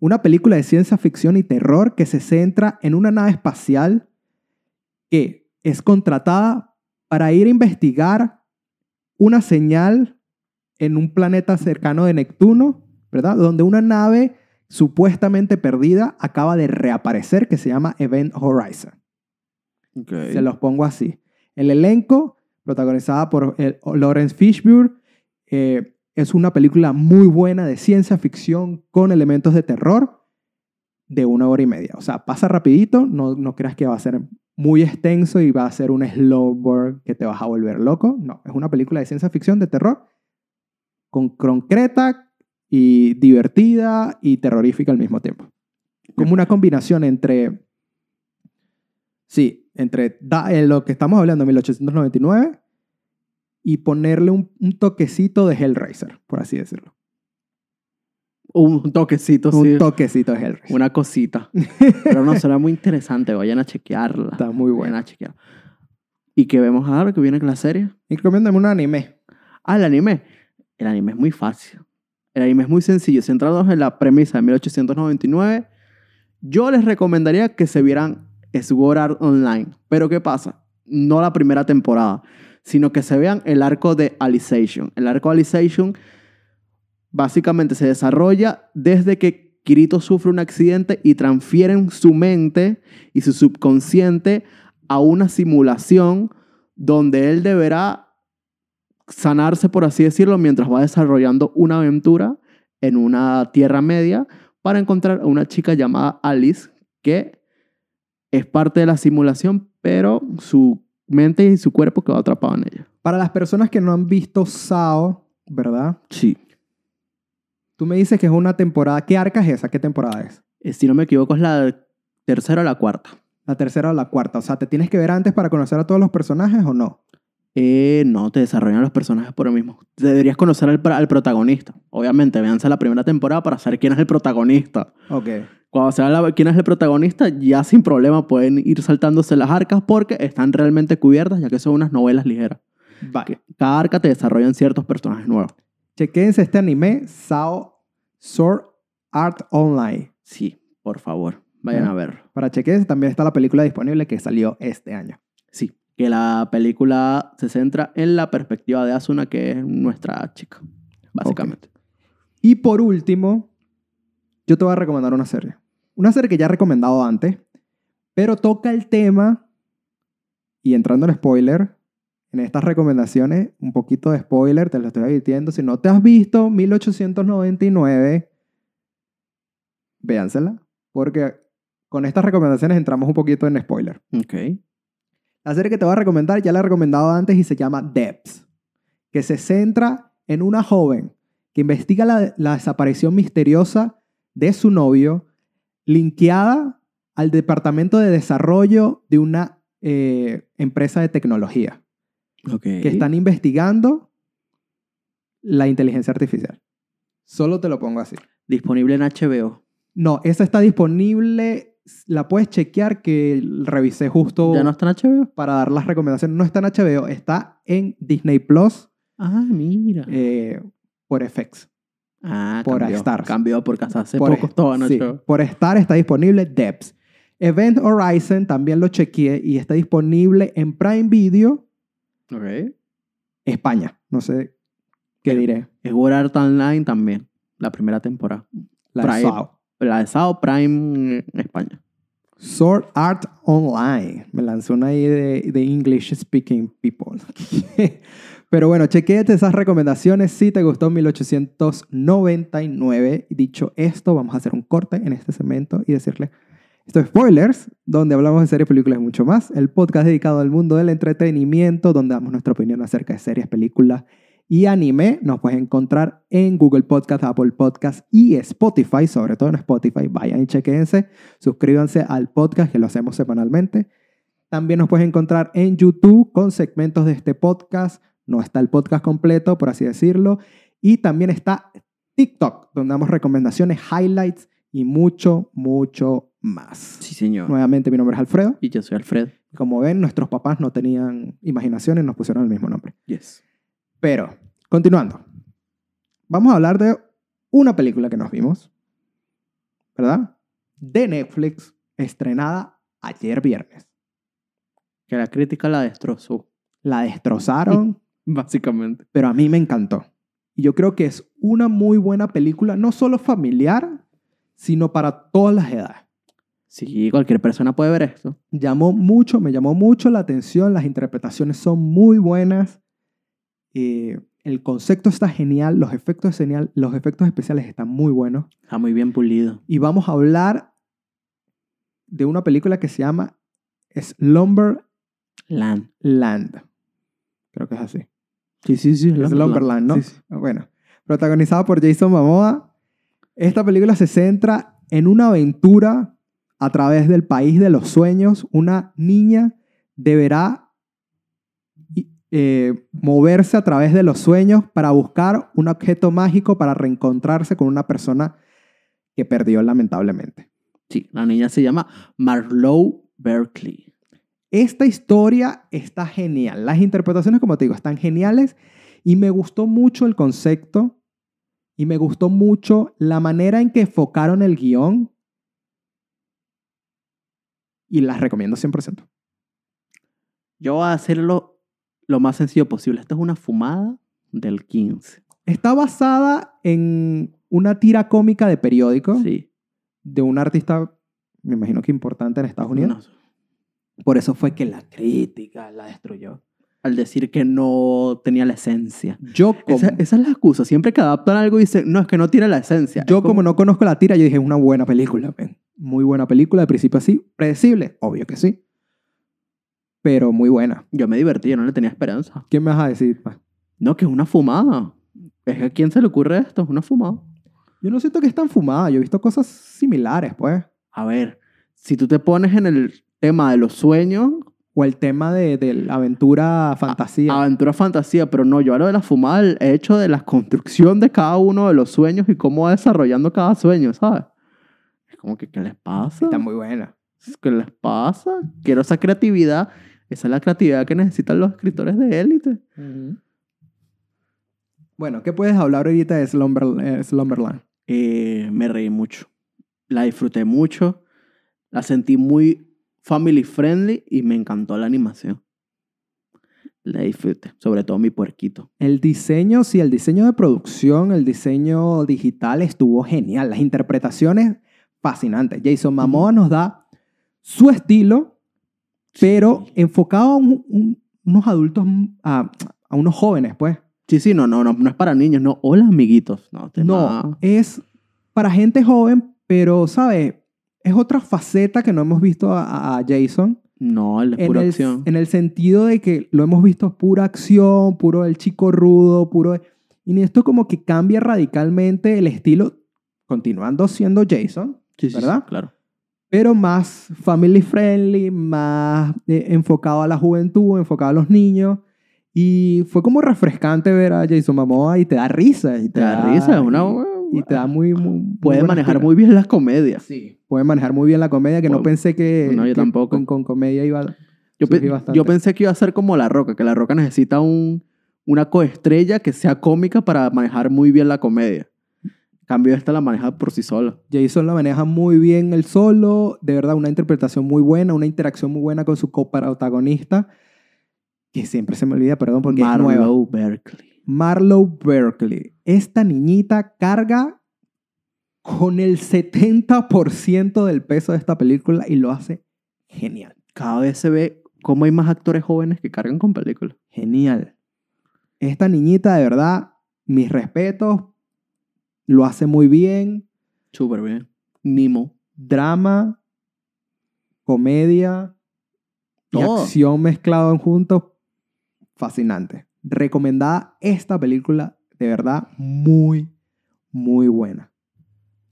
Speaker 1: una película de ciencia ficción y terror que se centra en una nave espacial que es contratada para ir a investigar una señal en un planeta cercano de Neptuno, ¿verdad? Donde una nave supuestamente perdida acaba de reaparecer que se llama Event Horizon.
Speaker 2: Ok.
Speaker 1: Se los pongo así. El elenco, protagonizada por eh, Lawrence Fishburne, eh, es una película muy buena de ciencia ficción con elementos de terror de una hora y media. O sea, pasa rapidito, no, no creas que va a ser muy extenso y va a ser un slow burn que te vas a volver loco. No, es una película de ciencia ficción de terror con concreta y divertida y terrorífica al mismo tiempo. Como una combinación entre Sí, entre da- eh, lo que estamos hablando, 1899, y ponerle un, un toquecito de Hellraiser, por así decirlo.
Speaker 2: Un toquecito, Oh, sí.
Speaker 1: Un toquecito de Hellraiser.
Speaker 2: Una cosita. pero no, será muy interesante. Vayan a chequearla.
Speaker 1: Está muy
Speaker 2: Vayan
Speaker 1: buena.
Speaker 2: a chequear. ¿Y qué vemos ahora que viene con la serie?
Speaker 1: Y recomiéndame un anime.
Speaker 2: Ah, el anime. El anime es muy fácil. El anime es muy sencillo. Centrados en la premisa de 1899, yo les recomendaría que se vieran Sword Art Online. Pero ¿qué pasa? No la primera temporada, sino que se vean el arco de Alicization. El arco de Alicization básicamente se desarrolla desde que Kirito sufre un accidente y transfieren su mente y su subconsciente a una simulación donde él deberá sanarse, por así decirlo, mientras va desarrollando una aventura en una Tierra Media para encontrar a una chica llamada Alice que es parte de la simulación, pero su mente y su cuerpo quedó atrapado en ella.
Speaker 1: Para las personas que no han visto Sao, ¿verdad?
Speaker 2: Sí.
Speaker 1: Tú me dices que es una temporada. ¿Qué arca es esa? ¿Qué temporada es?
Speaker 2: Eh, Si no me equivoco, es la tercera o la cuarta.
Speaker 1: La tercera o la cuarta. O sea, ¿te tienes que ver antes para conocer a todos los personajes o no?
Speaker 2: Eh, no, te desarrollan los personajes por lo mismo. Deberías conocer al, al protagonista. Obviamente, véanse la primera temporada para saber quién es el protagonista.
Speaker 1: Ok.
Speaker 2: Cuando se habla de quién es el protagonista, ya sin problema pueden ir saltándose las arcas porque están realmente cubiertas, ya que son unas novelas ligeras.
Speaker 1: Vale.
Speaker 2: Cada arca te desarrollan ciertos personajes nuevos.
Speaker 1: Chequense este anime, Sao Sword Art Online.
Speaker 2: Sí, por favor, vayan
Speaker 1: Ajá.
Speaker 2: a verlo.
Speaker 1: Para chequense también está la película disponible que salió este año.
Speaker 2: Sí, que la película se centra en la perspectiva de Asuna, que es nuestra chica, básicamente.
Speaker 1: Y por último, yo te voy a recomendar una serie. Una serie que ya he recomendado antes, pero toca el tema, y entrando en spoiler, en estas recomendaciones, un poquito de spoiler, te lo estoy advirtiendo. Si no te has visto 1899, véansela, porque con estas recomendaciones entramos un poquito en spoiler.
Speaker 2: Ok.
Speaker 1: La serie que te voy a recomendar ya la he recomendado antes y se llama Depths, que se centra en una joven que investiga la, la desaparición misteriosa de su novio, linkeada al Departamento de Desarrollo de una eh, empresa de tecnología,
Speaker 2: Ok.
Speaker 1: que están investigando la inteligencia artificial. Solo te lo pongo así.
Speaker 2: Disponible en HBO.
Speaker 1: No, esa está disponible, la puedes chequear que revisé justo
Speaker 2: ¿Ya no está en HBO?
Speaker 1: para dar las recomendaciones. No está en HBO, está en Disney Plus
Speaker 2: Ah, mira.
Speaker 1: eh, por FX.
Speaker 2: ah,
Speaker 1: por
Speaker 2: cambió.
Speaker 1: Stars.
Speaker 2: Cambió porque hasta hace
Speaker 1: por,
Speaker 2: poco estaba en
Speaker 1: sí,
Speaker 2: HBO.
Speaker 1: por estar está disponible Depths. Event Horizon también lo chequeé y está disponible en Prime Video
Speaker 2: Ok.
Speaker 1: España. No sé qué
Speaker 2: Pero-
Speaker 1: diré.
Speaker 2: Es World Art Online también, la primera temporada.
Speaker 1: La de
Speaker 2: Prime.
Speaker 1: Sao.
Speaker 2: La de Sao Prime en España.
Speaker 1: Sword Art Online. Me lanzó una ahí de, de English Speaking People. Pero bueno, chequéate esas recomendaciones si te gustó 1899. Y Dicho esto, vamos a hacer un corte en este segmento y decirles esto es Spoilers, donde hablamos de series, películas y mucho más. El podcast dedicado al mundo del entretenimiento, donde damos nuestra opinión acerca de series, películas y anime. Nos puedes encontrar en Google Podcast, Apple Podcast y Spotify, sobre todo en Spotify. Vayan y chequense. Suscríbanse al podcast que lo hacemos semanalmente. También nos puedes encontrar en YouTube con segmentos de este podcast. No está el podcast completo, por así decirlo. Y también está TikTok, donde damos recomendaciones, highlights y mucho, mucho más.
Speaker 2: Sí, señor.
Speaker 1: Nuevamente, mi nombre es Alfredo.
Speaker 2: Y yo soy Alfred.
Speaker 1: Como ven, nuestros papás no tenían imaginaciones, nos pusieron el mismo nombre.
Speaker 2: Yes.
Speaker 1: Pero, continuando. Vamos a hablar de una película que nos vimos, ¿verdad? De Netflix, estrenada ayer viernes.
Speaker 2: Que la crítica la destrozó,
Speaker 1: La destrozaron,
Speaker 2: básicamente.
Speaker 1: pero a mí me encantó. Y yo creo que es una muy buena película, no solo familiar, sino para todas las edades.
Speaker 2: Sí, cualquier persona puede ver esto.
Speaker 1: llamó mucho, me llamó mucho la atención, las interpretaciones son muy buenas, eh, el concepto está genial, los efectos, genial, los efectos especiales están muy buenos
Speaker 2: Está muy bien pulido.
Speaker 1: y vamos a hablar de una película que se llama Slumberland.
Speaker 2: Land.
Speaker 1: Creo que es así.
Speaker 2: Sí, sí, sí.
Speaker 1: Slumberland, ¿no? Ah,
Speaker 2: Sí, sí.
Speaker 1: Bueno, protagonizada por Jason Momoa. Esta película se centra en una aventura a través del país de los sueños. Una niña deberá y- eh, moverse a través de los sueños para buscar un objeto mágico para reencontrarse con una persona que perdió lamentablemente.
Speaker 2: Sí, la niña se llama Marlowe Berkeley.
Speaker 1: Esta historia está genial. Las interpretaciones, como te digo, están geniales y me gustó mucho el concepto y me gustó mucho la manera en que enfocaron el guión y las recomiendo 100%.
Speaker 2: Yo voy a hacerlo lo más sencillo posible. Esto es una fumada del 15.
Speaker 1: Está basada en una tira cómica de periódico
Speaker 2: Sí.
Speaker 1: de un artista, me imagino que importante en Estados Unidos.
Speaker 2: No,
Speaker 1: Por eso fue que la crítica la destruyó.
Speaker 2: al decir que no tenía la esencia.
Speaker 1: Yo como,
Speaker 2: Esa, esa es la excusa. Siempre que adaptan algo dicen, no, es que no tiene la esencia.
Speaker 1: Yo
Speaker 2: Es
Speaker 1: como no conozco la tira, yo dije, es una buena película, men. Muy buena película, de principio así, predecible, obvio que sí. Pero muy buena.
Speaker 2: Yo me divertí, yo no le tenía esperanza.
Speaker 1: ¿Qué me vas a decir? más?
Speaker 2: No, que es una fumada. Es que a quién se le ocurre esto, es una fumada.
Speaker 1: Yo no siento que es tan fumada, yo he visto cosas similares, pues.
Speaker 2: A ver, si tú te pones en el tema de los sueños,
Speaker 1: O el tema de, de la aventura fantasía.
Speaker 2: aventura fantasía, pero no, yo hablo de la fumada, el hecho de la construcción de cada uno de los sueños y cómo va desarrollando cada sueño, ¿sabes? Es como que, ¿qué les pasa?
Speaker 1: Está muy buena.
Speaker 2: ¿Qué les pasa? Quiero esa creatividad. Esa es la creatividad que necesitan los escritores de élite.
Speaker 1: Bueno, ¿qué puedes hablar ahorita de Slumber- eh, Slumberland?
Speaker 2: Eh, me reí mucho. La disfruté mucho. La sentí muy family friendly y me encantó la animación. la disfruté. Sobre todo mi puerquito.
Speaker 1: El diseño, sí, el diseño de producción, el diseño digital estuvo genial. Las interpretaciones, fascinantes. Jason Momoa nos da su estilo, pero
Speaker 2: Sí.
Speaker 1: enfocado a un- un- unos adultos, a, a unos jóvenes, pues.
Speaker 2: Sí, sí, no, no, no, no es para niños, no. Hola, amiguitos. No, te
Speaker 1: No, es para gente joven, pero, ¿sabes? Es otra faceta que no hemos visto a, a Jason.
Speaker 2: No, él es pura
Speaker 1: el,
Speaker 2: acción.
Speaker 1: en el sentido de que lo hemos visto pura acción, puro el chico rudo, puro... Y esto como que cambia radicalmente el estilo, continuando siendo Jason,
Speaker 2: Sí, sí, sí,
Speaker 1: ¿verdad?
Speaker 2: claro.
Speaker 1: pero más family friendly, más eh, enfocado a la juventud, enfocado a los niños. Y fue como refrescante ver a Jason Momoa y te da risa. Y te,
Speaker 2: Te da risa, es una.
Speaker 1: Y, y te da muy... muy- muy
Speaker 2: Puede
Speaker 1: buena
Speaker 2: manejar
Speaker 1: vibra.
Speaker 2: muy bien las comedias.
Speaker 1: Sí, puede manejar muy bien la comedia, que no
Speaker 2: Puede-
Speaker 1: pensé que...
Speaker 2: No,
Speaker 1: que
Speaker 2: yo tampoco.
Speaker 1: Con, con comedia iba...
Speaker 2: Yo,
Speaker 1: Surgí
Speaker 2: pe-
Speaker 1: bastante.
Speaker 2: yo pensé que iba a ser como La Roca, que La Roca necesita un, una coestrella que sea cómica para manejar muy bien la comedia. En Cambio, esta la maneja por sí sola.
Speaker 1: Jason la maneja muy bien él solo, de verdad una interpretación muy buena, una interacción muy buena con su coprotagonista, que siempre se me olvida, perdón, porque es nueva.
Speaker 2: Marlowe Berkeley.
Speaker 1: Marlowe Berkeley. Esta niñita carga con el 70% del peso de esta película y lo hace genial.
Speaker 2: Cada vez se ve cómo hay más actores jóvenes que cargan con películas.
Speaker 1: Genial. Esta niñita, de verdad, mis respetos, lo hace muy bien.
Speaker 2: Súper bien. Nimo.
Speaker 1: Drama, comedia y
Speaker 2: Todo.
Speaker 1: acción mezclado juntos. Fascinante. Recomendada esta película, de verdad, muy, muy buena.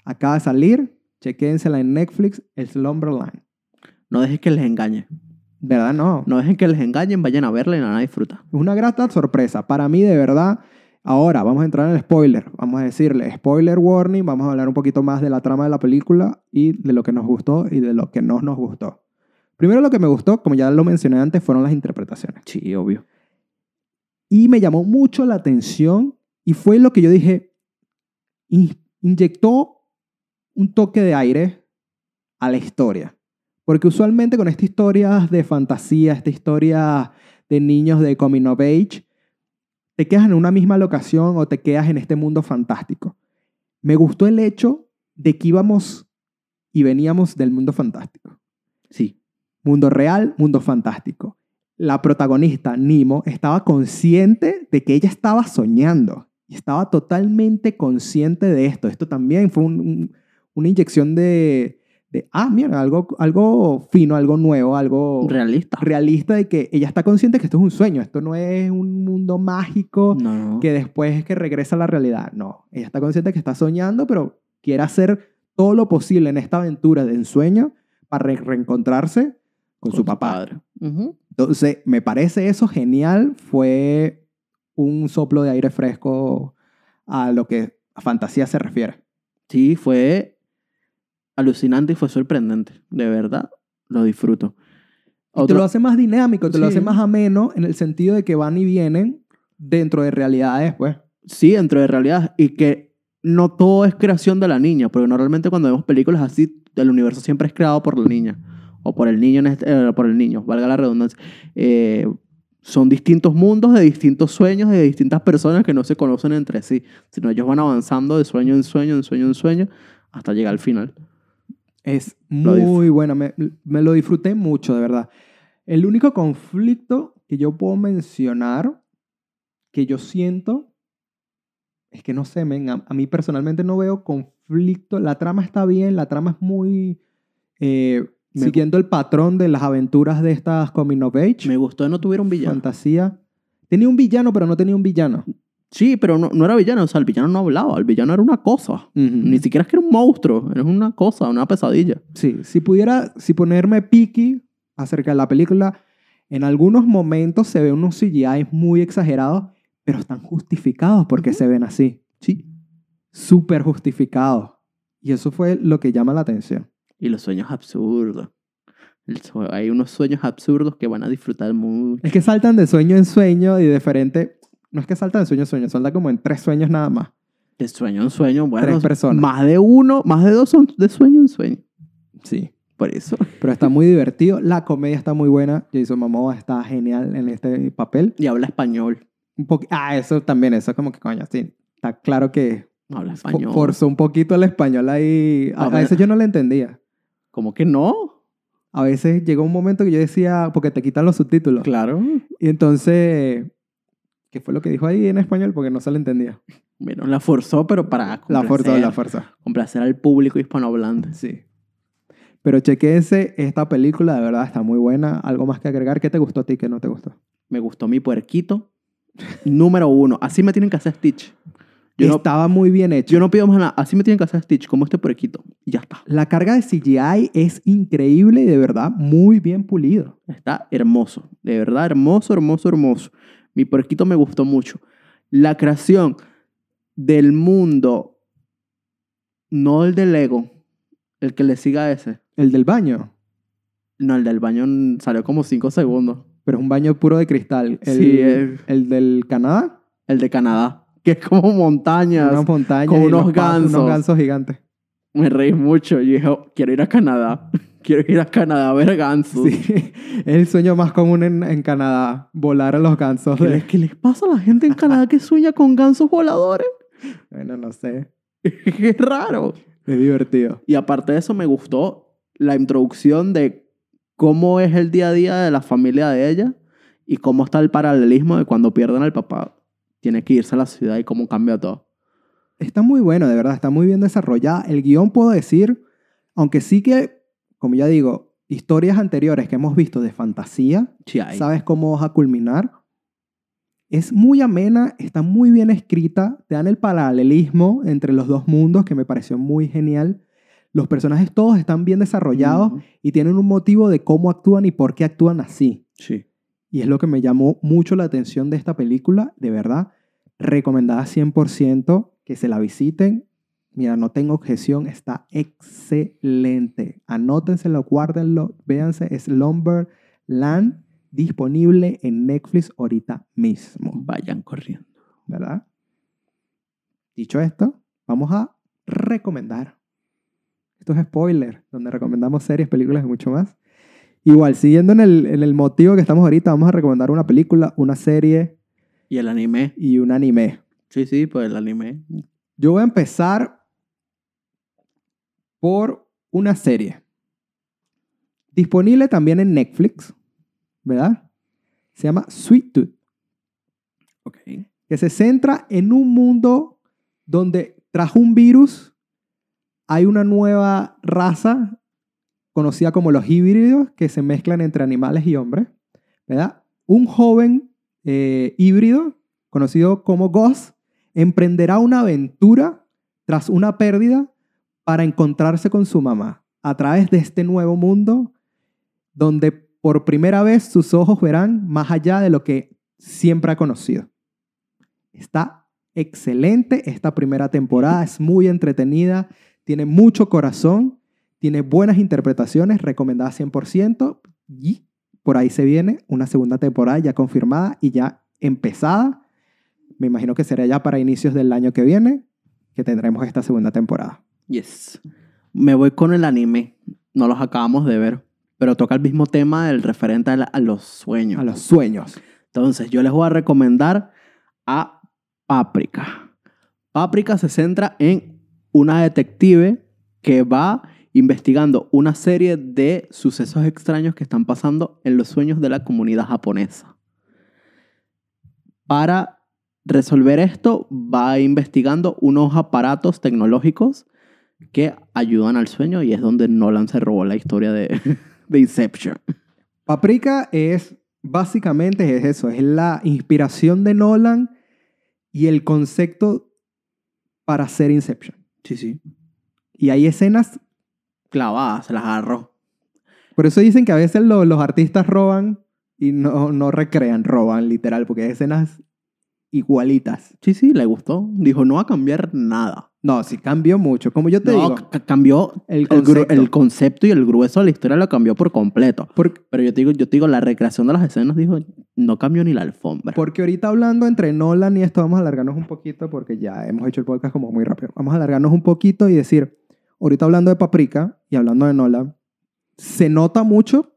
Speaker 1: Acaba de salir, chequénsela en Netflix, El Slumberland.
Speaker 2: No dejes que les engañen.
Speaker 1: ¿Verdad? No.
Speaker 2: No dejen que les engañen, vayan a verla y la van a disfrutar.
Speaker 1: Es una grata sorpresa. Para mí, de verdad, ahora vamos a entrar en el spoiler. Vamos a decirle spoiler warning, vamos a hablar un poquito más de la trama de la película y de lo que nos gustó y de lo que no nos gustó. Primero lo que me gustó, como ya lo mencioné antes, fueron las interpretaciones.
Speaker 2: Sí, obvio.
Speaker 1: Y me llamó mucho la atención y fue lo que yo dije, in- inyectó un toque de aire a la historia. Porque usualmente con estas historias de fantasía, esta historia de niños de coming of age, te quedas en una misma locación o te quedas en este mundo fantástico. Me gustó el hecho de que íbamos y veníamos del mundo fantástico.
Speaker 2: Sí.
Speaker 1: Mundo real, mundo fantástico. La protagonista, Nimo, estaba consciente de que ella estaba soñando. Y estaba totalmente consciente de esto. Esto también fue un- un- una inyección de, de, ah, mira, algo, algo fino, algo nuevo,
Speaker 2: Oh.
Speaker 1: algo
Speaker 2: Realista.
Speaker 1: realista de que ella está consciente que esto es un sueño. Esto no es un mundo mágico
Speaker 2: No, no.
Speaker 1: que después es que regresa a la realidad. No, ella está consciente que está soñando, pero quiere hacer todo lo posible en esta aventura de ensueño para re- reencontrarse con, su papá.
Speaker 2: padre. Ujú.
Speaker 1: Entonces, me parece eso genial. Fue un soplo de aire fresco a lo que a fantasía se refiere.
Speaker 2: Sí, fue alucinante y fue sorprendente. De verdad, lo disfruto.
Speaker 1: Y te lo hace más dinámico, te lo
Speaker 2: Sí.
Speaker 1: hace más ameno en el sentido de que van y vienen dentro de realidades, pues.
Speaker 2: Sí, dentro de realidad. Y que no todo es creación de la niña, porque normalmente cuando vemos películas así, el universo siempre es creado por la niña. O por el niño, en este- eh, por el niño, valga la redundancia. Eh, son distintos mundos de distintos sueños, de distintas personas que no se conocen entre sí, sino ellos van avanzando de sueño en sueño, en sueño en sueño, hasta llegar al final.
Speaker 1: Es
Speaker 2: Lo disfr-
Speaker 1: muy buena, me, me lo disfruté mucho, de verdad. El único conflicto que yo puedo mencionar, que yo siento, es que no sé, men, a, a mí personalmente no veo conflicto. La trama está bien, la trama es muy... eh,
Speaker 2: Me-
Speaker 1: siguiendo el patrón de las aventuras de estas Coming of Age,
Speaker 2: Me gustó de no tuviera un villano.
Speaker 1: fantasía. Tenía un villano, pero no tenía un villano.
Speaker 2: Sí, pero no, no era villano, o sea, el villano no hablaba, el villano era una cosa. Ni siquiera es que era un monstruo, era una cosa, una pesadilla.
Speaker 1: Sí, si pudiera, si ponerme picky acerca de la película, en algunos momentos se ven unos CGI muy exagerados, pero están justificados porque
Speaker 2: Ujú.
Speaker 1: se ven así.
Speaker 2: Sí.
Speaker 1: Súper justificados. Y eso fue lo que llama la atención.
Speaker 2: Y los sueños absurdos. El sue- Hay unos sueños absurdos que van a disfrutar mucho.
Speaker 1: Es que saltan de sueño en sueño y diferente. No es que saltan de sueño en sueño, saltan como en tres sueños nada más.
Speaker 2: De sueño en sueño, bueno.
Speaker 1: Tres personas.
Speaker 2: Más de uno, más de dos son de sueño en sueño.
Speaker 1: Sí.
Speaker 2: Por eso.
Speaker 1: Pero está muy divertido. La comedia está muy buena. Jason Momoa está genial en este papel.
Speaker 2: Y habla español.
Speaker 1: Un poqu- ah, eso también, eso como que coño, sí. Está claro que
Speaker 2: Habla
Speaker 1: fo-
Speaker 2: español.
Speaker 1: forzó un poquito el español ahí. A,
Speaker 2: A
Speaker 1: a
Speaker 2: ver.
Speaker 1: veces yo no le entendía.
Speaker 2: ¿Cómo que no?
Speaker 1: A veces llegó un momento que yo decía, porque te quitan los subtítulos.
Speaker 2: Claro.
Speaker 1: Y entonces, ¿qué fue lo que dijo ahí en español? Porque no se le entendía.
Speaker 2: Bueno, la forzó, pero para
Speaker 1: La fuerza,
Speaker 2: complacer-
Speaker 1: la fuerza.
Speaker 2: complacer al público hispanohablante.
Speaker 1: Sí. Pero chequense esta película, de verdad está muy buena. ¿Algo más que agregar? ¿Qué te gustó a ti que no te gustó?
Speaker 2: Me gustó mi puerquito. Número uno. Así me tienen que hacer Stitch. Yo no,
Speaker 1: Estaba muy bien hecho.
Speaker 2: yo no pido más nada. Así me tienen que hacer Stitch, como este puerquito. Y ya está.
Speaker 1: La carga de CGI es increíble y de verdad muy bien pulido.
Speaker 2: Está hermoso. De verdad, hermoso, hermoso, hermoso. Mi puerquito me gustó mucho. La creación del mundo, no el del Lego, el que le siga a ese.
Speaker 1: El del baño,
Speaker 2: No, el del baño salió como 5 segundos.
Speaker 1: pero es un baño puro de cristal. El,
Speaker 2: Sí, el-
Speaker 1: el del Canadá,
Speaker 2: El de Canadá, que es como montañas.
Speaker 1: unas montañas
Speaker 2: con
Speaker 1: y
Speaker 2: unos
Speaker 1: unos patos, unos
Speaker 2: gansos.
Speaker 1: gansos gigantes.
Speaker 2: Me reí mucho. Yo dije, "Oh, quiero ir a Canadá. Quiero ir a Canadá a ver gansos.
Speaker 1: Sí, es el sueño más común en, en Canadá, volar a los gansos.
Speaker 2: ¿Qué,
Speaker 1: de-
Speaker 2: les, qué les pasa a la gente en Canadá que sueña con gansos voladores?
Speaker 1: Bueno, no sé,
Speaker 2: Qué raro.
Speaker 1: es divertido.
Speaker 2: Y aparte de eso, me gustó la introducción de cómo es el día a día de la familia de ella y cómo está el paralelismo de cuando pierden al papá. Tiene que irse a la ciudad y cómo cambia todo.
Speaker 1: Está muy bueno, de verdad, está muy bien desarrollada. El guión puedo decir, aunque sí que, como ya digo, historias anteriores que hemos visto de fantasía,
Speaker 2: Sí, ahí.
Speaker 1: sabes cómo vas a culminar. Es muy amena, está muy bien escrita, te dan el paralelismo entre los dos mundos que me pareció muy genial. Los personajes todos están bien desarrollados
Speaker 2: Mm,
Speaker 1: y tienen un motivo de cómo actúan y por qué actúan así.
Speaker 2: Sí.
Speaker 1: Y es lo que me llamó mucho la atención de esta película, de verdad. Recomendada 100%, que se la visiten. Mira, no tengo objeción, está excelente. Anótenselo, guárdenlo, véanse Slumber Land disponible en Netflix ahorita mismo,
Speaker 2: Vayan corriendo.
Speaker 1: ¿verdad? Dicho esto, vamos a recomendar. Esto es spoiler, donde recomendamos series, películas y mucho más. Igual, siguiendo en el, en el motivo que estamos ahorita, vamos a recomendar una película, una serie
Speaker 2: Y el anime.
Speaker 1: y un anime.
Speaker 2: Sí, sí, pues el anime.
Speaker 1: Yo voy a empezar por una serie. Disponible también en Netflix, ¿verdad? Se llama Sweet Tooth,
Speaker 2: Ok.
Speaker 1: que se centra en un mundo donde tras un virus hay una nueva raza conocida como los híbridos que se mezclan entre animales y hombres, ¿verdad? Un joven eh, híbrido conocido como Ghost emprenderá una aventura tras una pérdida para encontrarse con su mamá a través de este nuevo mundo donde por primera vez sus ojos verán más allá de lo que siempre ha conocido. Está excelente esta primera temporada, es muy entretenida, tiene mucho corazón, tiene buenas interpretaciones, recomendada 100%, y por ahí se viene una segunda temporada ya confirmada y ya empezada. Me imagino que será ya para inicios del año que viene que tendremos esta segunda temporada.
Speaker 2: Yes. Me voy con el anime. No los acabamos de ver. Pero toca el mismo tema del referente a, la- a los sueños.
Speaker 1: A los sueños.
Speaker 2: Entonces, yo les voy a recomendar a Páprica. Páprica se centra en una detective que va investigando una serie de sucesos extraños que están pasando en los sueños de la comunidad japonesa. Para resolver esto, va investigando unos aparatos tecnológicos que ayudan al sueño y es donde Nolan se robó la historia de, de Inception.
Speaker 1: Paprika es básicamente es eso, es la inspiración de Nolan y el concepto para hacer Inception.
Speaker 2: Sí, sí.
Speaker 1: Y hay escenas,
Speaker 2: Clavadas, se las agarró.
Speaker 1: por eso dicen que a veces lo- los artistas roban y no, no recrean, roban literal, porque hay escenas igualitas.
Speaker 2: Sí, sí, le gustó. Dijo, no va a cambiar nada.
Speaker 1: No, sí cambió mucho. Como yo te
Speaker 2: No,
Speaker 1: digo,
Speaker 2: ca- cambió
Speaker 1: el
Speaker 2: el, gru-
Speaker 1: concepto.
Speaker 2: el concepto y el grueso de la historia lo cambió por completo.
Speaker 1: Por-
Speaker 2: Pero yo te digo, yo te digo, la recreación de las escenas dijo, no cambió ni la alfombra.
Speaker 1: Porque ahorita hablando entre Nolan y esto, vamos a alargarnos un poquito porque ya hemos hecho el podcast como muy rápido. Vamos a alargarnos un poquito y decir, ahorita hablando de Paprika y hablando de Nolan, se nota mucho.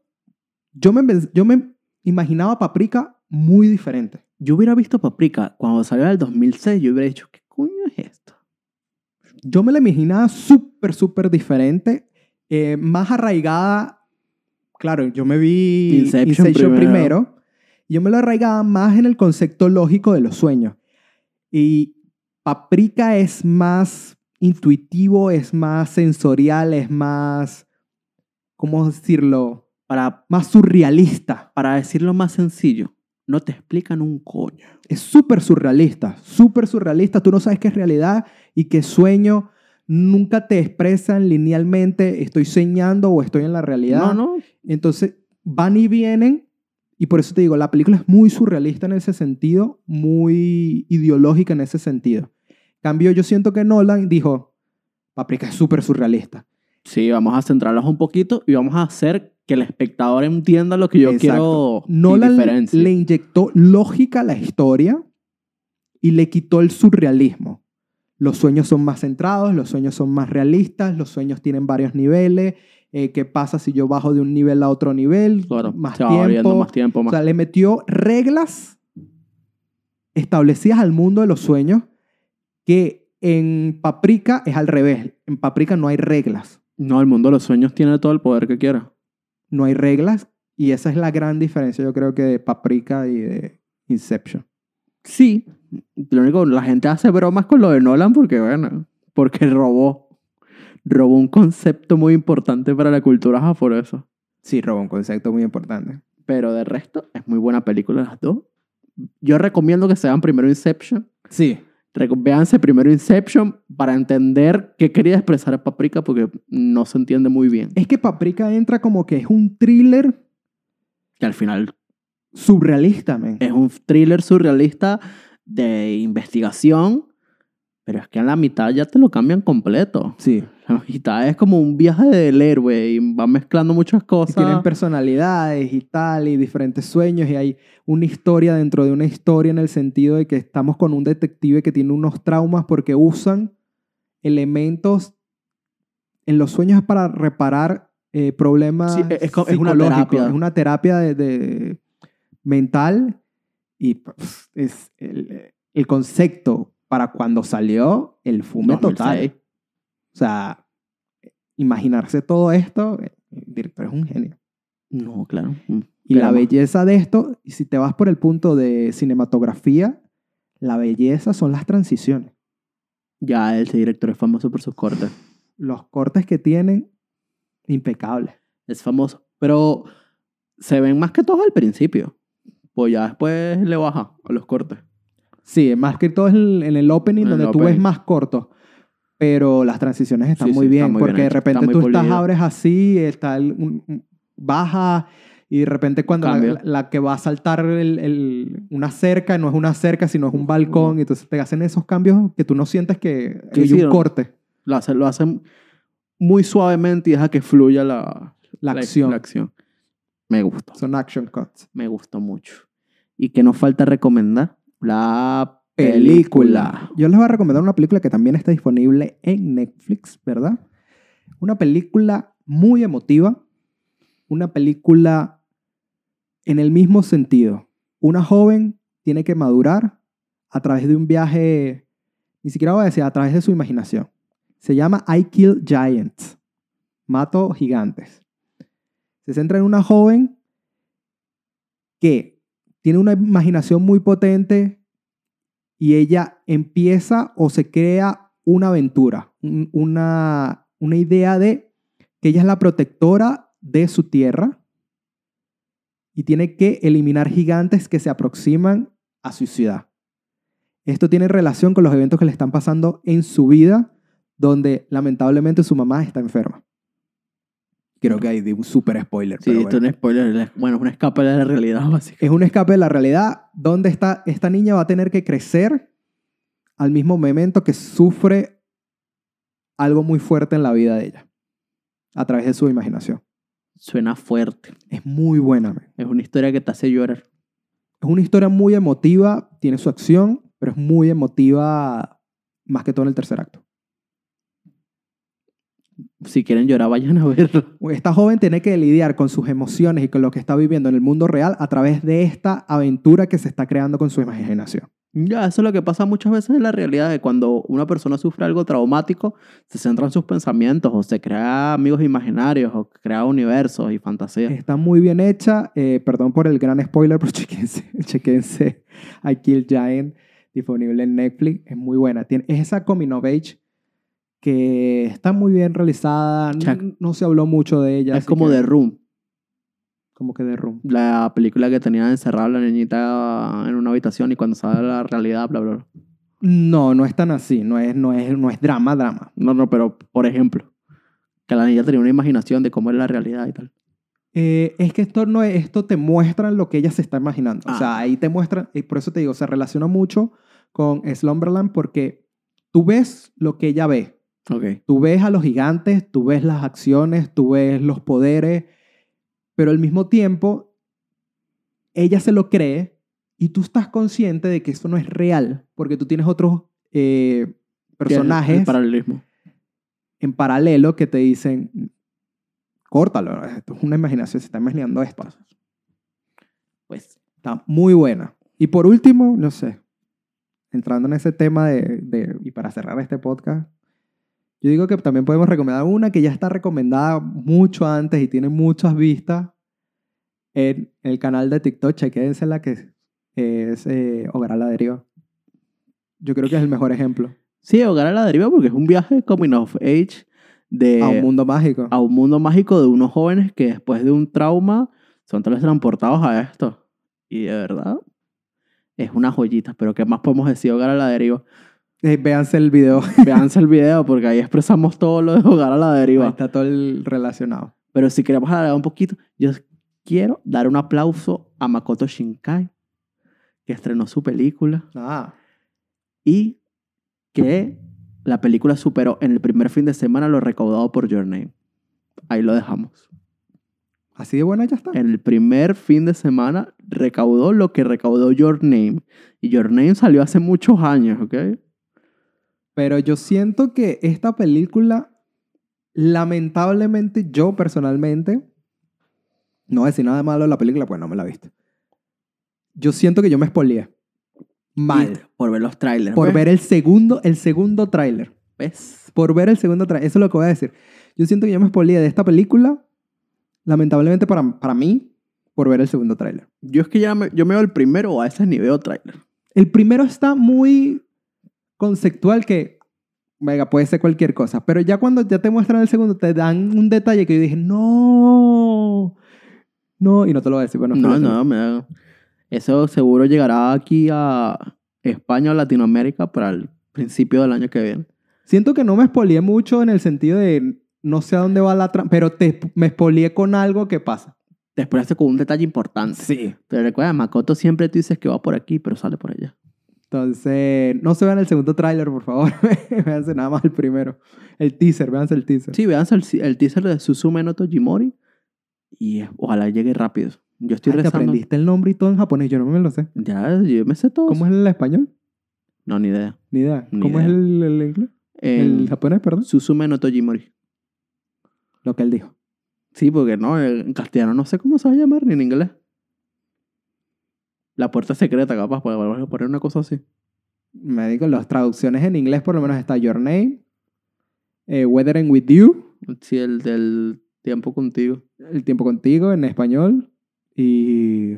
Speaker 1: Yo me, yo me imaginaba Paprika muy diferente.
Speaker 2: Yo hubiera visto Paprika cuando salió en el 2006, yo hubiera dicho, ¿qué coño es esto?
Speaker 1: Yo me la imaginaba súper, súper diferente, eh, más arraigada. Claro, yo me vi
Speaker 2: Inception primero.
Speaker 1: y Yo me lo arraigaba más en el concepto lógico de los sueños. Y Paprika es más intuitivo, es más sensorial, es más, ¿cómo decirlo?
Speaker 2: Para,
Speaker 1: Más surrealista.
Speaker 2: para decirlo más sencillo, no te explican un coño.
Speaker 1: es súper surrealista, súper surrealista. Tú no sabes qué es realidad y qué es sueño. Nunca te expresan linealmente, estoy soñando o estoy en la realidad.
Speaker 2: No, no.
Speaker 1: Entonces van y vienen y por eso te digo, la película es muy surrealista en ese sentido, muy ideológica en ese sentido. Cambio, yo siento que Nolan dijo, Paprika es súper surrealista.
Speaker 2: Sí, vamos a centrarlos un poquito y vamos a hacer que el espectador entienda lo que yo
Speaker 1: Exacto.
Speaker 2: quiero.
Speaker 1: Nolan le-
Speaker 2: diferencia.
Speaker 1: le inyectó lógica a la historia y le quitó el surrealismo. Los sueños son más centrados, los sueños son más realistas, los sueños tienen varios niveles. eh, ¿Qué pasa si yo bajo de un nivel a otro nivel?
Speaker 2: Claro,
Speaker 1: más,
Speaker 2: se va abriendo
Speaker 1: tiempo.
Speaker 2: más tiempo.
Speaker 1: O
Speaker 2: Más
Speaker 1: sea, le metió reglas establecidas al mundo de los sueños que en Paprika es al revés. En Paprika no hay reglas.
Speaker 2: No, el mundo de los sueños tiene todo el poder que quiera.
Speaker 1: no hay reglas y esa es la gran diferencia yo creo que de Paprika y de Inception.
Speaker 2: Sí. Lo único, la gente hace bromas con lo de Nolan porque, bueno, porque robó. Robó un concepto muy importante para la cultura ajá, por eso.
Speaker 1: Sí, Robo, un concepto muy importante.
Speaker 2: Pero de resto, es muy buena película las dos. Yo recomiendo que se vean primero Inception.
Speaker 1: Sí.
Speaker 2: Reco- Véanse primero Inception para entender qué quería expresar Paprika porque no se entiende muy bien.
Speaker 1: Es que Paprika entra como que es un thriller
Speaker 2: Que al final
Speaker 1: surrealista, man.
Speaker 2: es un thriller surrealista de investigación, pero es que en la mitad ya te lo cambian completo.
Speaker 1: Sí.
Speaker 2: La mitad es como un viaje del héroe y va mezclando muchas
Speaker 1: Y
Speaker 2: cosas.
Speaker 1: tienen personalidades y tal, y diferentes sueños, y hay una historia dentro de una historia en el sentido de que estamos con un detective que tiene unos traumas porque usan elementos en los sueños para reparar eh, problemas
Speaker 2: Sí, es- es co- es una
Speaker 1: psicológicos.
Speaker 2: terapia.
Speaker 1: Es una terapia de, de- mental y pff, es el, el concepto para cuando salió el fume total.
Speaker 2: 2006.
Speaker 1: O sea, imaginarse todo esto, eh, el director es un genio.
Speaker 2: No, claro. Mm.
Speaker 1: Y
Speaker 2: Pero
Speaker 1: la
Speaker 2: más.
Speaker 1: belleza de esto, y si te vas por el punto de cinematografía, la belleza son las transiciones.
Speaker 2: Ya ese director es famoso por sus cortes.
Speaker 1: Los cortes que tienen, impecables.
Speaker 2: Es famoso. Pero se ven más que todos al principio. Pues ya después le baja a los cortes.
Speaker 1: Sí, más que todo es el- en el opening,
Speaker 2: En el
Speaker 1: donde tú ves
Speaker 2: opening.
Speaker 1: más cortos. Pero las transiciones están
Speaker 2: Sí,
Speaker 1: muy
Speaker 2: sí,
Speaker 1: bien,
Speaker 2: está muy bien
Speaker 1: porque de
Speaker 2: hecho, está
Speaker 1: repente
Speaker 2: muy
Speaker 1: tú estás,
Speaker 2: pulido.
Speaker 1: abres así, está el- un- un- baja, y de repente cuando la,
Speaker 2: Cambia.
Speaker 1: la- la que va a saltar el- el- una cerca, no es una cerca, sino es un balcón, y entonces te hacen esos cambios que tú no sientes que
Speaker 2: Sí,
Speaker 1: hay
Speaker 2: sí,
Speaker 1: un
Speaker 2: no.
Speaker 1: corte,
Speaker 2: Lo hacen, lo hacen muy suavemente y deja que fluya la,
Speaker 1: la acción.
Speaker 2: la acción. Me gustó.
Speaker 1: Son action cuts.
Speaker 2: Me gustó mucho. ¿Y que nos falta recomendar? La película.
Speaker 1: Yo les voy a recomendar una película que también está disponible en Netflix, ¿verdad? Una película muy emotiva. Una película en el mismo sentido. Una joven tiene que madurar a través de un viaje, ni siquiera voy a decir, a través de su imaginación. Se llama I Kill Giants. Mato gigantes. Se centra en una joven que tiene una imaginación muy potente, y ella empieza o se crea una aventura, un- una, una idea de que ella es la protectora de su tierra y tiene que eliminar gigantes que se aproximan a su ciudad. Esto tiene relación con los eventos que le están pasando en su vida, donde lamentablemente su mamá está enferma. Creo que hay un super spoiler.
Speaker 2: Sí, esto es un spoiler. Bueno, es un escape de la realidad, básicamente.
Speaker 1: es un escape de la realidad donde está, esta niña va a tener que crecer al mismo momento que sufre algo muy fuerte en la vida de ella, a través de su imaginación.
Speaker 2: Suena fuerte.
Speaker 1: Es muy buena. men.
Speaker 2: Es una historia que te hace llorar.
Speaker 1: Es una historia muy emotiva, tiene su acción, pero es muy emotiva más que todo en el tercer acto.
Speaker 2: Si quieren llorar, vayan a verla.
Speaker 1: Esta joven tiene que lidiar con sus emociones y con lo que está viviendo en el mundo real a través de esta aventura que se está creando con su imaginación.
Speaker 2: Ya, eso es lo que pasa muchas veces en la realidad, de cuando una persona sufre algo traumático, se centra en sus pensamientos o se crea amigos imaginarios o crea universos y fantasías.
Speaker 1: Está muy bien hecha. eh, perdón por el gran spoiler, pero chequense, chequense I Kill Giant, disponible en Netflix. Es muy buena. Tiene, es esa coming of age que está muy bien realizada.
Speaker 2: Chac.
Speaker 1: No, no se habló mucho de ella.
Speaker 2: es
Speaker 1: así
Speaker 2: como
Speaker 1: que-
Speaker 2: The Room,
Speaker 1: Como que de room.
Speaker 2: la película que tenía encerrada la niñita en una habitación y cuando sale a la realidad, bla, bla, bla.
Speaker 1: No, no es tan así. No es, no es, no es drama, drama.
Speaker 2: No, no, pero por ejemplo, que la niña tenía una imaginación de cómo era la realidad y tal.
Speaker 1: Eh, es que esto, no es- esto te muestra lo que ella se está imaginando. O sea,
Speaker 2: Ah.
Speaker 1: ahí te muestra, y por eso te digo, se relaciona mucho con Slumberland porque tú ves lo que ella ve.
Speaker 2: Ok.
Speaker 1: Tú ves a los gigantes, tú ves las acciones, tú ves los poderes, pero al mismo tiempo, ella se lo cree y tú estás consciente de que eso no es real, porque tú tienes otros eh,
Speaker 2: eh,
Speaker 1: personajes
Speaker 2: paralelismo.
Speaker 1: en paralelo que te dicen, córtalo, esto es una imaginación, se está imaginando esto.
Speaker 2: Pues.
Speaker 1: Está muy buena. Y por último, no sé, entrando en ese tema de, de- y para cerrar este podcast, yo digo que también podemos recomendar una que ya está recomendada mucho antes y tiene muchas vistas en el canal de TikTok, chequédense la que es eh, Hogar a la Deriva. Yo creo que es el mejor ejemplo.
Speaker 2: Sí, Hogar a la deriva porque es un viaje coming of age de
Speaker 1: a un mundo mágico.
Speaker 2: Eh, a un mundo mágico de unos jóvenes que después de un trauma son transportados a esto. Y de verdad, es una joyita. Pero ¿qué más podemos decir Hogar a la Deriva?
Speaker 1: Eh, véanse el video.
Speaker 2: Veanse el video porque ahí expresamos todo lo de Hogar a la
Speaker 1: Ahí
Speaker 2: Deriva.
Speaker 1: está todo el relacionado.
Speaker 2: Pero si queremos hablar un poquito, yo quiero dar un aplauso a Makoto Shinkai, que estrenó su película
Speaker 1: Ah,
Speaker 2: y que la película superó en el primer fin de semana lo recaudado por Your Name. Ahí lo dejamos.
Speaker 1: así de buena ya está.
Speaker 2: en el primer fin de semana recaudó lo que recaudó Your Name. Y Your Name salió hace muchos años, ¿ok?
Speaker 1: Pero yo siento que esta película, lamentablemente, yo personalmente, no voy a decir nada malo de la película, pues no me la viste. Yo siento que yo me espolié. Mal.
Speaker 2: Y- por ver los trailers.
Speaker 1: Por
Speaker 2: ¿ves?
Speaker 1: ver el segundo, el segundo tráiler.
Speaker 2: ¿Ves?
Speaker 1: Por ver el segundo tráiler. Eso es lo que voy a decir. Yo siento que yo me espolié de esta película, lamentablemente para, para mí, por ver el segundo tráiler.
Speaker 2: Yo es que ya me, yo me veo el primero o a veces ni veo trailer.
Speaker 1: El primero está muy conceptual que, venga, puede ser cualquier cosa, pero ya cuando ya te muestran el segundo, te dan un detalle que yo dije, no, no, y no te lo voy a decir. Bueno,
Speaker 2: No,
Speaker 1: espérate.
Speaker 2: no, me da- Eso seguro llegará aquí a España o Latinoamérica para el principio del año que viene.
Speaker 1: Siento que no me espolié mucho en el sentido de no sé a dónde va la trama, pero te, me espolié con algo que pasa.
Speaker 2: Te esperaste con un detalle importante.
Speaker 1: Sí.
Speaker 2: Pero recuerda, Makoto siempre tú dices que va por aquí, pero sale por allá.
Speaker 1: Entonces, no se vean el segundo tráiler, por favor. véanse nada más el primero. El teaser, véanse el teaser.
Speaker 2: Sí, vean el, el teaser de Susume no Tojimori y eh, ojalá llegue rápido. Yo estoy
Speaker 1: Ay, Ah, te
Speaker 2: rezando.
Speaker 1: aprendiste el nombre y todo en japonés, yo no me lo sé.
Speaker 2: Ya, yo me sé todo.
Speaker 1: ¿Cómo es el español?
Speaker 2: No, ni idea.
Speaker 1: Ni idea.
Speaker 2: Ni
Speaker 1: ¿Cómo
Speaker 2: idea.
Speaker 1: es el, el inglés? El,
Speaker 2: El,
Speaker 1: japonés, perdón.
Speaker 2: Susume no Tojimori.
Speaker 1: Lo que él dijo.
Speaker 2: Sí, porque no, en castellano no sé cómo se va a llamar, ni en inglés. La puerta secreta, capaz, para para poner una cosa así.
Speaker 1: Me digo, las traducciones en inglés por lo menos está Your Name, eh, Weathering with You,
Speaker 2: Sí, el del tiempo contigo.
Speaker 1: El tiempo contigo en español y...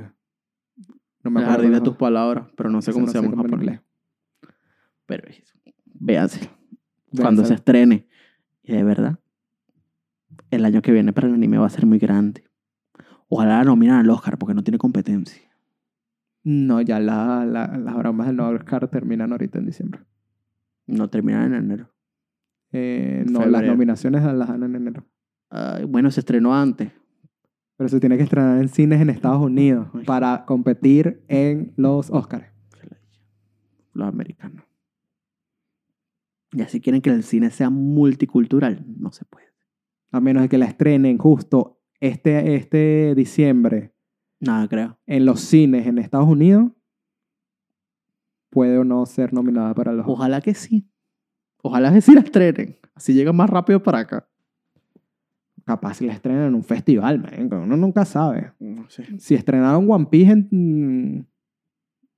Speaker 1: No me
Speaker 2: El
Speaker 1: acuerdo.
Speaker 2: jardín de
Speaker 1: mejor.
Speaker 2: tus palabras, pero no sé
Speaker 1: Eso
Speaker 2: cómo
Speaker 1: no
Speaker 2: se llama en
Speaker 1: en
Speaker 2: japonés.
Speaker 1: inglés.
Speaker 2: Pero es- véanse,
Speaker 1: Debe
Speaker 2: cuando se
Speaker 1: ser.
Speaker 2: estrene. Y de verdad, el año que viene para el anime va a ser muy grande. Ojalá la nominan al Oscar, porque no tiene competencia.
Speaker 1: No, ya la- la- las bromas del Noel Oscar terminan ahorita en diciembre.
Speaker 2: No terminan en enero.
Speaker 1: Eh, no, las
Speaker 2: Febrero.
Speaker 1: nominaciones las dan en enero.
Speaker 2: Ay, bueno, se estrenó antes.
Speaker 1: Pero se tiene que estrenar en cines en Estados Unidos
Speaker 2: Ay.
Speaker 1: para competir en los Oscars.
Speaker 2: Los americanos. Y así quieren que el cine sea multicultural. No se puede.
Speaker 1: A menos de que la estrenen justo este, este diciembre
Speaker 2: Nada, creo.
Speaker 1: en los cines en Estados Unidos puede o no ser nominada para los
Speaker 2: Ojalá que sí. Ojalá que sí la estrenen. Así llega más rápido para acá.
Speaker 1: Capaz si la estrenan en un festival, man, uno nunca sabe.
Speaker 2: No sé.
Speaker 1: Si estrenaron One Piece en,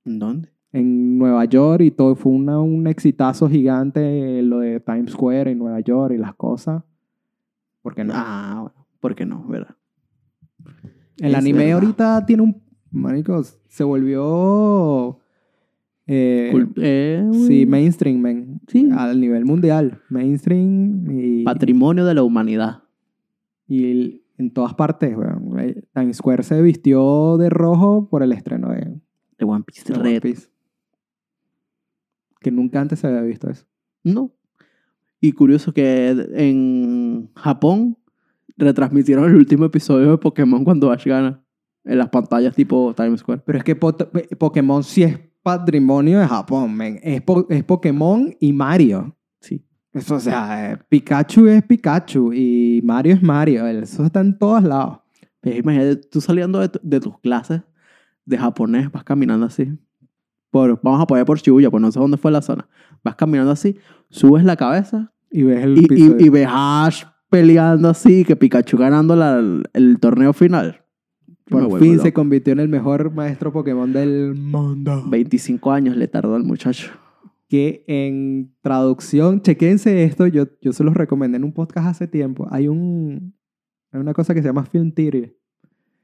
Speaker 2: ¿En dónde?
Speaker 1: en Nueva York y todo, fue una- un exitazo gigante lo de Times Square en Nueva York y las cosas. Porque no.
Speaker 2: Ah, bueno. ¿Por qué no? ¿Verdad?
Speaker 1: El
Speaker 2: Es
Speaker 1: anime
Speaker 2: verdad.
Speaker 1: ahorita tiene un... Marico, se volvió... eh,
Speaker 2: Cul- eh,
Speaker 1: sí,
Speaker 2: bueno.
Speaker 1: mainstream, men.
Speaker 2: Sí.
Speaker 1: Al nivel mundial. Mainstream y...
Speaker 2: Patrimonio de la humanidad.
Speaker 1: y el- en todas partes, weón. Eh, Times Square se vistió de rojo por el estreno de, de
Speaker 2: De One Piece Red.
Speaker 1: One Piece. Que nunca antes se había visto eso.
Speaker 2: No. Y curioso que en Japón retransmitieron el último episodio de Pokémon cuando Ash gana. En las pantallas tipo Times Square.
Speaker 1: Pero es que Pot- eh, Pokémon sí es patrimonio de Japón, men. Es, po- es Pokémon y Mario.
Speaker 2: Sí.
Speaker 1: Eso, o sea, eh, Pikachu es Pikachu y Mario es Mario. Eso está en todos lados.
Speaker 2: Pero imagínate, tú saliendo de, tu- de tus clases de japonés, vas caminando así. Por, vamos a poner por Shibuya, pues no sé dónde fue la zona. Vas caminando así, subes la cabeza
Speaker 1: Y ves el
Speaker 2: y, y-
Speaker 1: episodio.
Speaker 2: y ves a Ash peleando así, que Pikachu ganando la- el torneo final. Yo me
Speaker 1: Por
Speaker 2: vuelvo
Speaker 1: fin se
Speaker 2: loco.
Speaker 1: convirtió en el mejor maestro Pokémon del mundo.
Speaker 2: 25 años le tardó al muchacho.
Speaker 1: que en traducción, chequense esto, yo, yo se los recomendé en un podcast hace tiempo. Hay, un, hay una cosa que se llama Film Theory.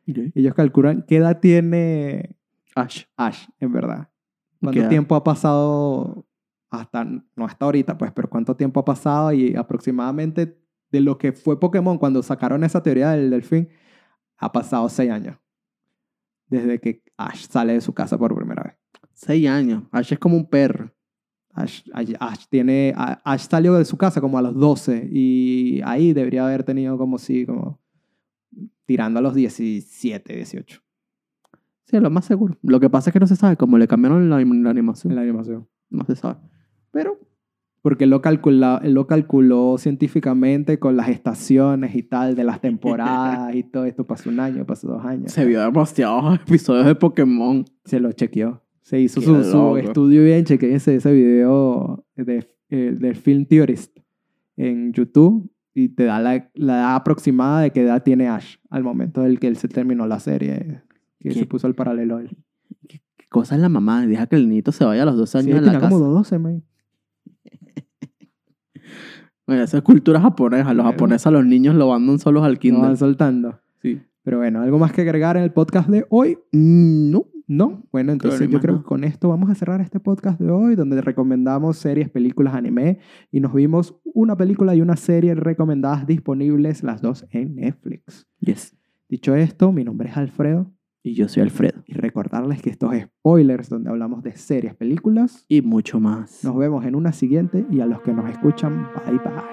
Speaker 1: Ellos calculan qué edad tiene
Speaker 2: Ash.
Speaker 1: Ash, en verdad.
Speaker 2: ¿Qué
Speaker 1: Cuánto
Speaker 2: edad?
Speaker 1: tiempo ha pasado hasta, no hasta ahorita, pues, pero cuánto tiempo ha pasado y aproximadamente de lo que fue Pokémon cuando sacaron esa teoría del delfín, ha pasado seis años. Desde que Ash sale de su casa por primera vez.
Speaker 2: Seis años. Ash es como un perro.
Speaker 1: Ash, Ash- Ash tiene, A- Ash salió de su casa como a los 12 y ahí debería haber tenido como si, como tirando a los 17, 18
Speaker 2: Sí, lo más seguro. Lo que pasa es que no se sabe cómo le cambiaron la, la animación.
Speaker 1: en la animación.
Speaker 2: No se sabe. Pero
Speaker 1: Porque él lo, calcula, él lo calculó científicamente con las estaciones y tal, de las temporadas y todo esto. Pasó un año, pasó dos años.
Speaker 2: se vio demasiados episodios de Pokémon.
Speaker 1: Se lo chequeó. Se hizo
Speaker 2: Qué
Speaker 1: su, su
Speaker 2: loco.
Speaker 1: estudio bien. Chequense ese video de, eh, de Film Theorist en YouTube y te da la, la edad aproximada de qué edad tiene Ash al momento del que él se terminó la serie. Que
Speaker 2: ¿Qué?
Speaker 1: se puso el paralelo él.
Speaker 2: ¿Qué cosa es la mamá? Deja que el niñito se vaya a los dos
Speaker 1: Sí,
Speaker 2: años de
Speaker 1: tenía
Speaker 2: la casa.
Speaker 1: como 12, man.
Speaker 2: Bueno, esa es cultura japonesa. Los
Speaker 1: Bueno.
Speaker 2: japoneses a los niños lo mandan solos al
Speaker 1: Que no
Speaker 2: kinder.
Speaker 1: van soltando.
Speaker 2: Sí.
Speaker 1: Pero bueno, ¿algo más que agregar en el podcast de hoy?
Speaker 2: Mm, No.
Speaker 1: No, bueno,
Speaker 2: Creo que
Speaker 1: entonces
Speaker 2: no hay
Speaker 1: yo
Speaker 2: más
Speaker 1: creo
Speaker 2: nada.
Speaker 1: que con esto vamos a cerrar este podcast de hoy, donde recomendamos series, películas, anime y nos vimos una película y una serie recomendadas disponibles las dos en Netflix.
Speaker 2: Yes.
Speaker 1: Dicho esto, mi nombre es Alfredo
Speaker 2: Y yo soy Alfredo.
Speaker 1: y recordarles que estos spoilers, donde hablamos de series, películas,
Speaker 2: Y mucho más.
Speaker 1: nos vemos en una siguiente y a los que nos escuchan, bye bye.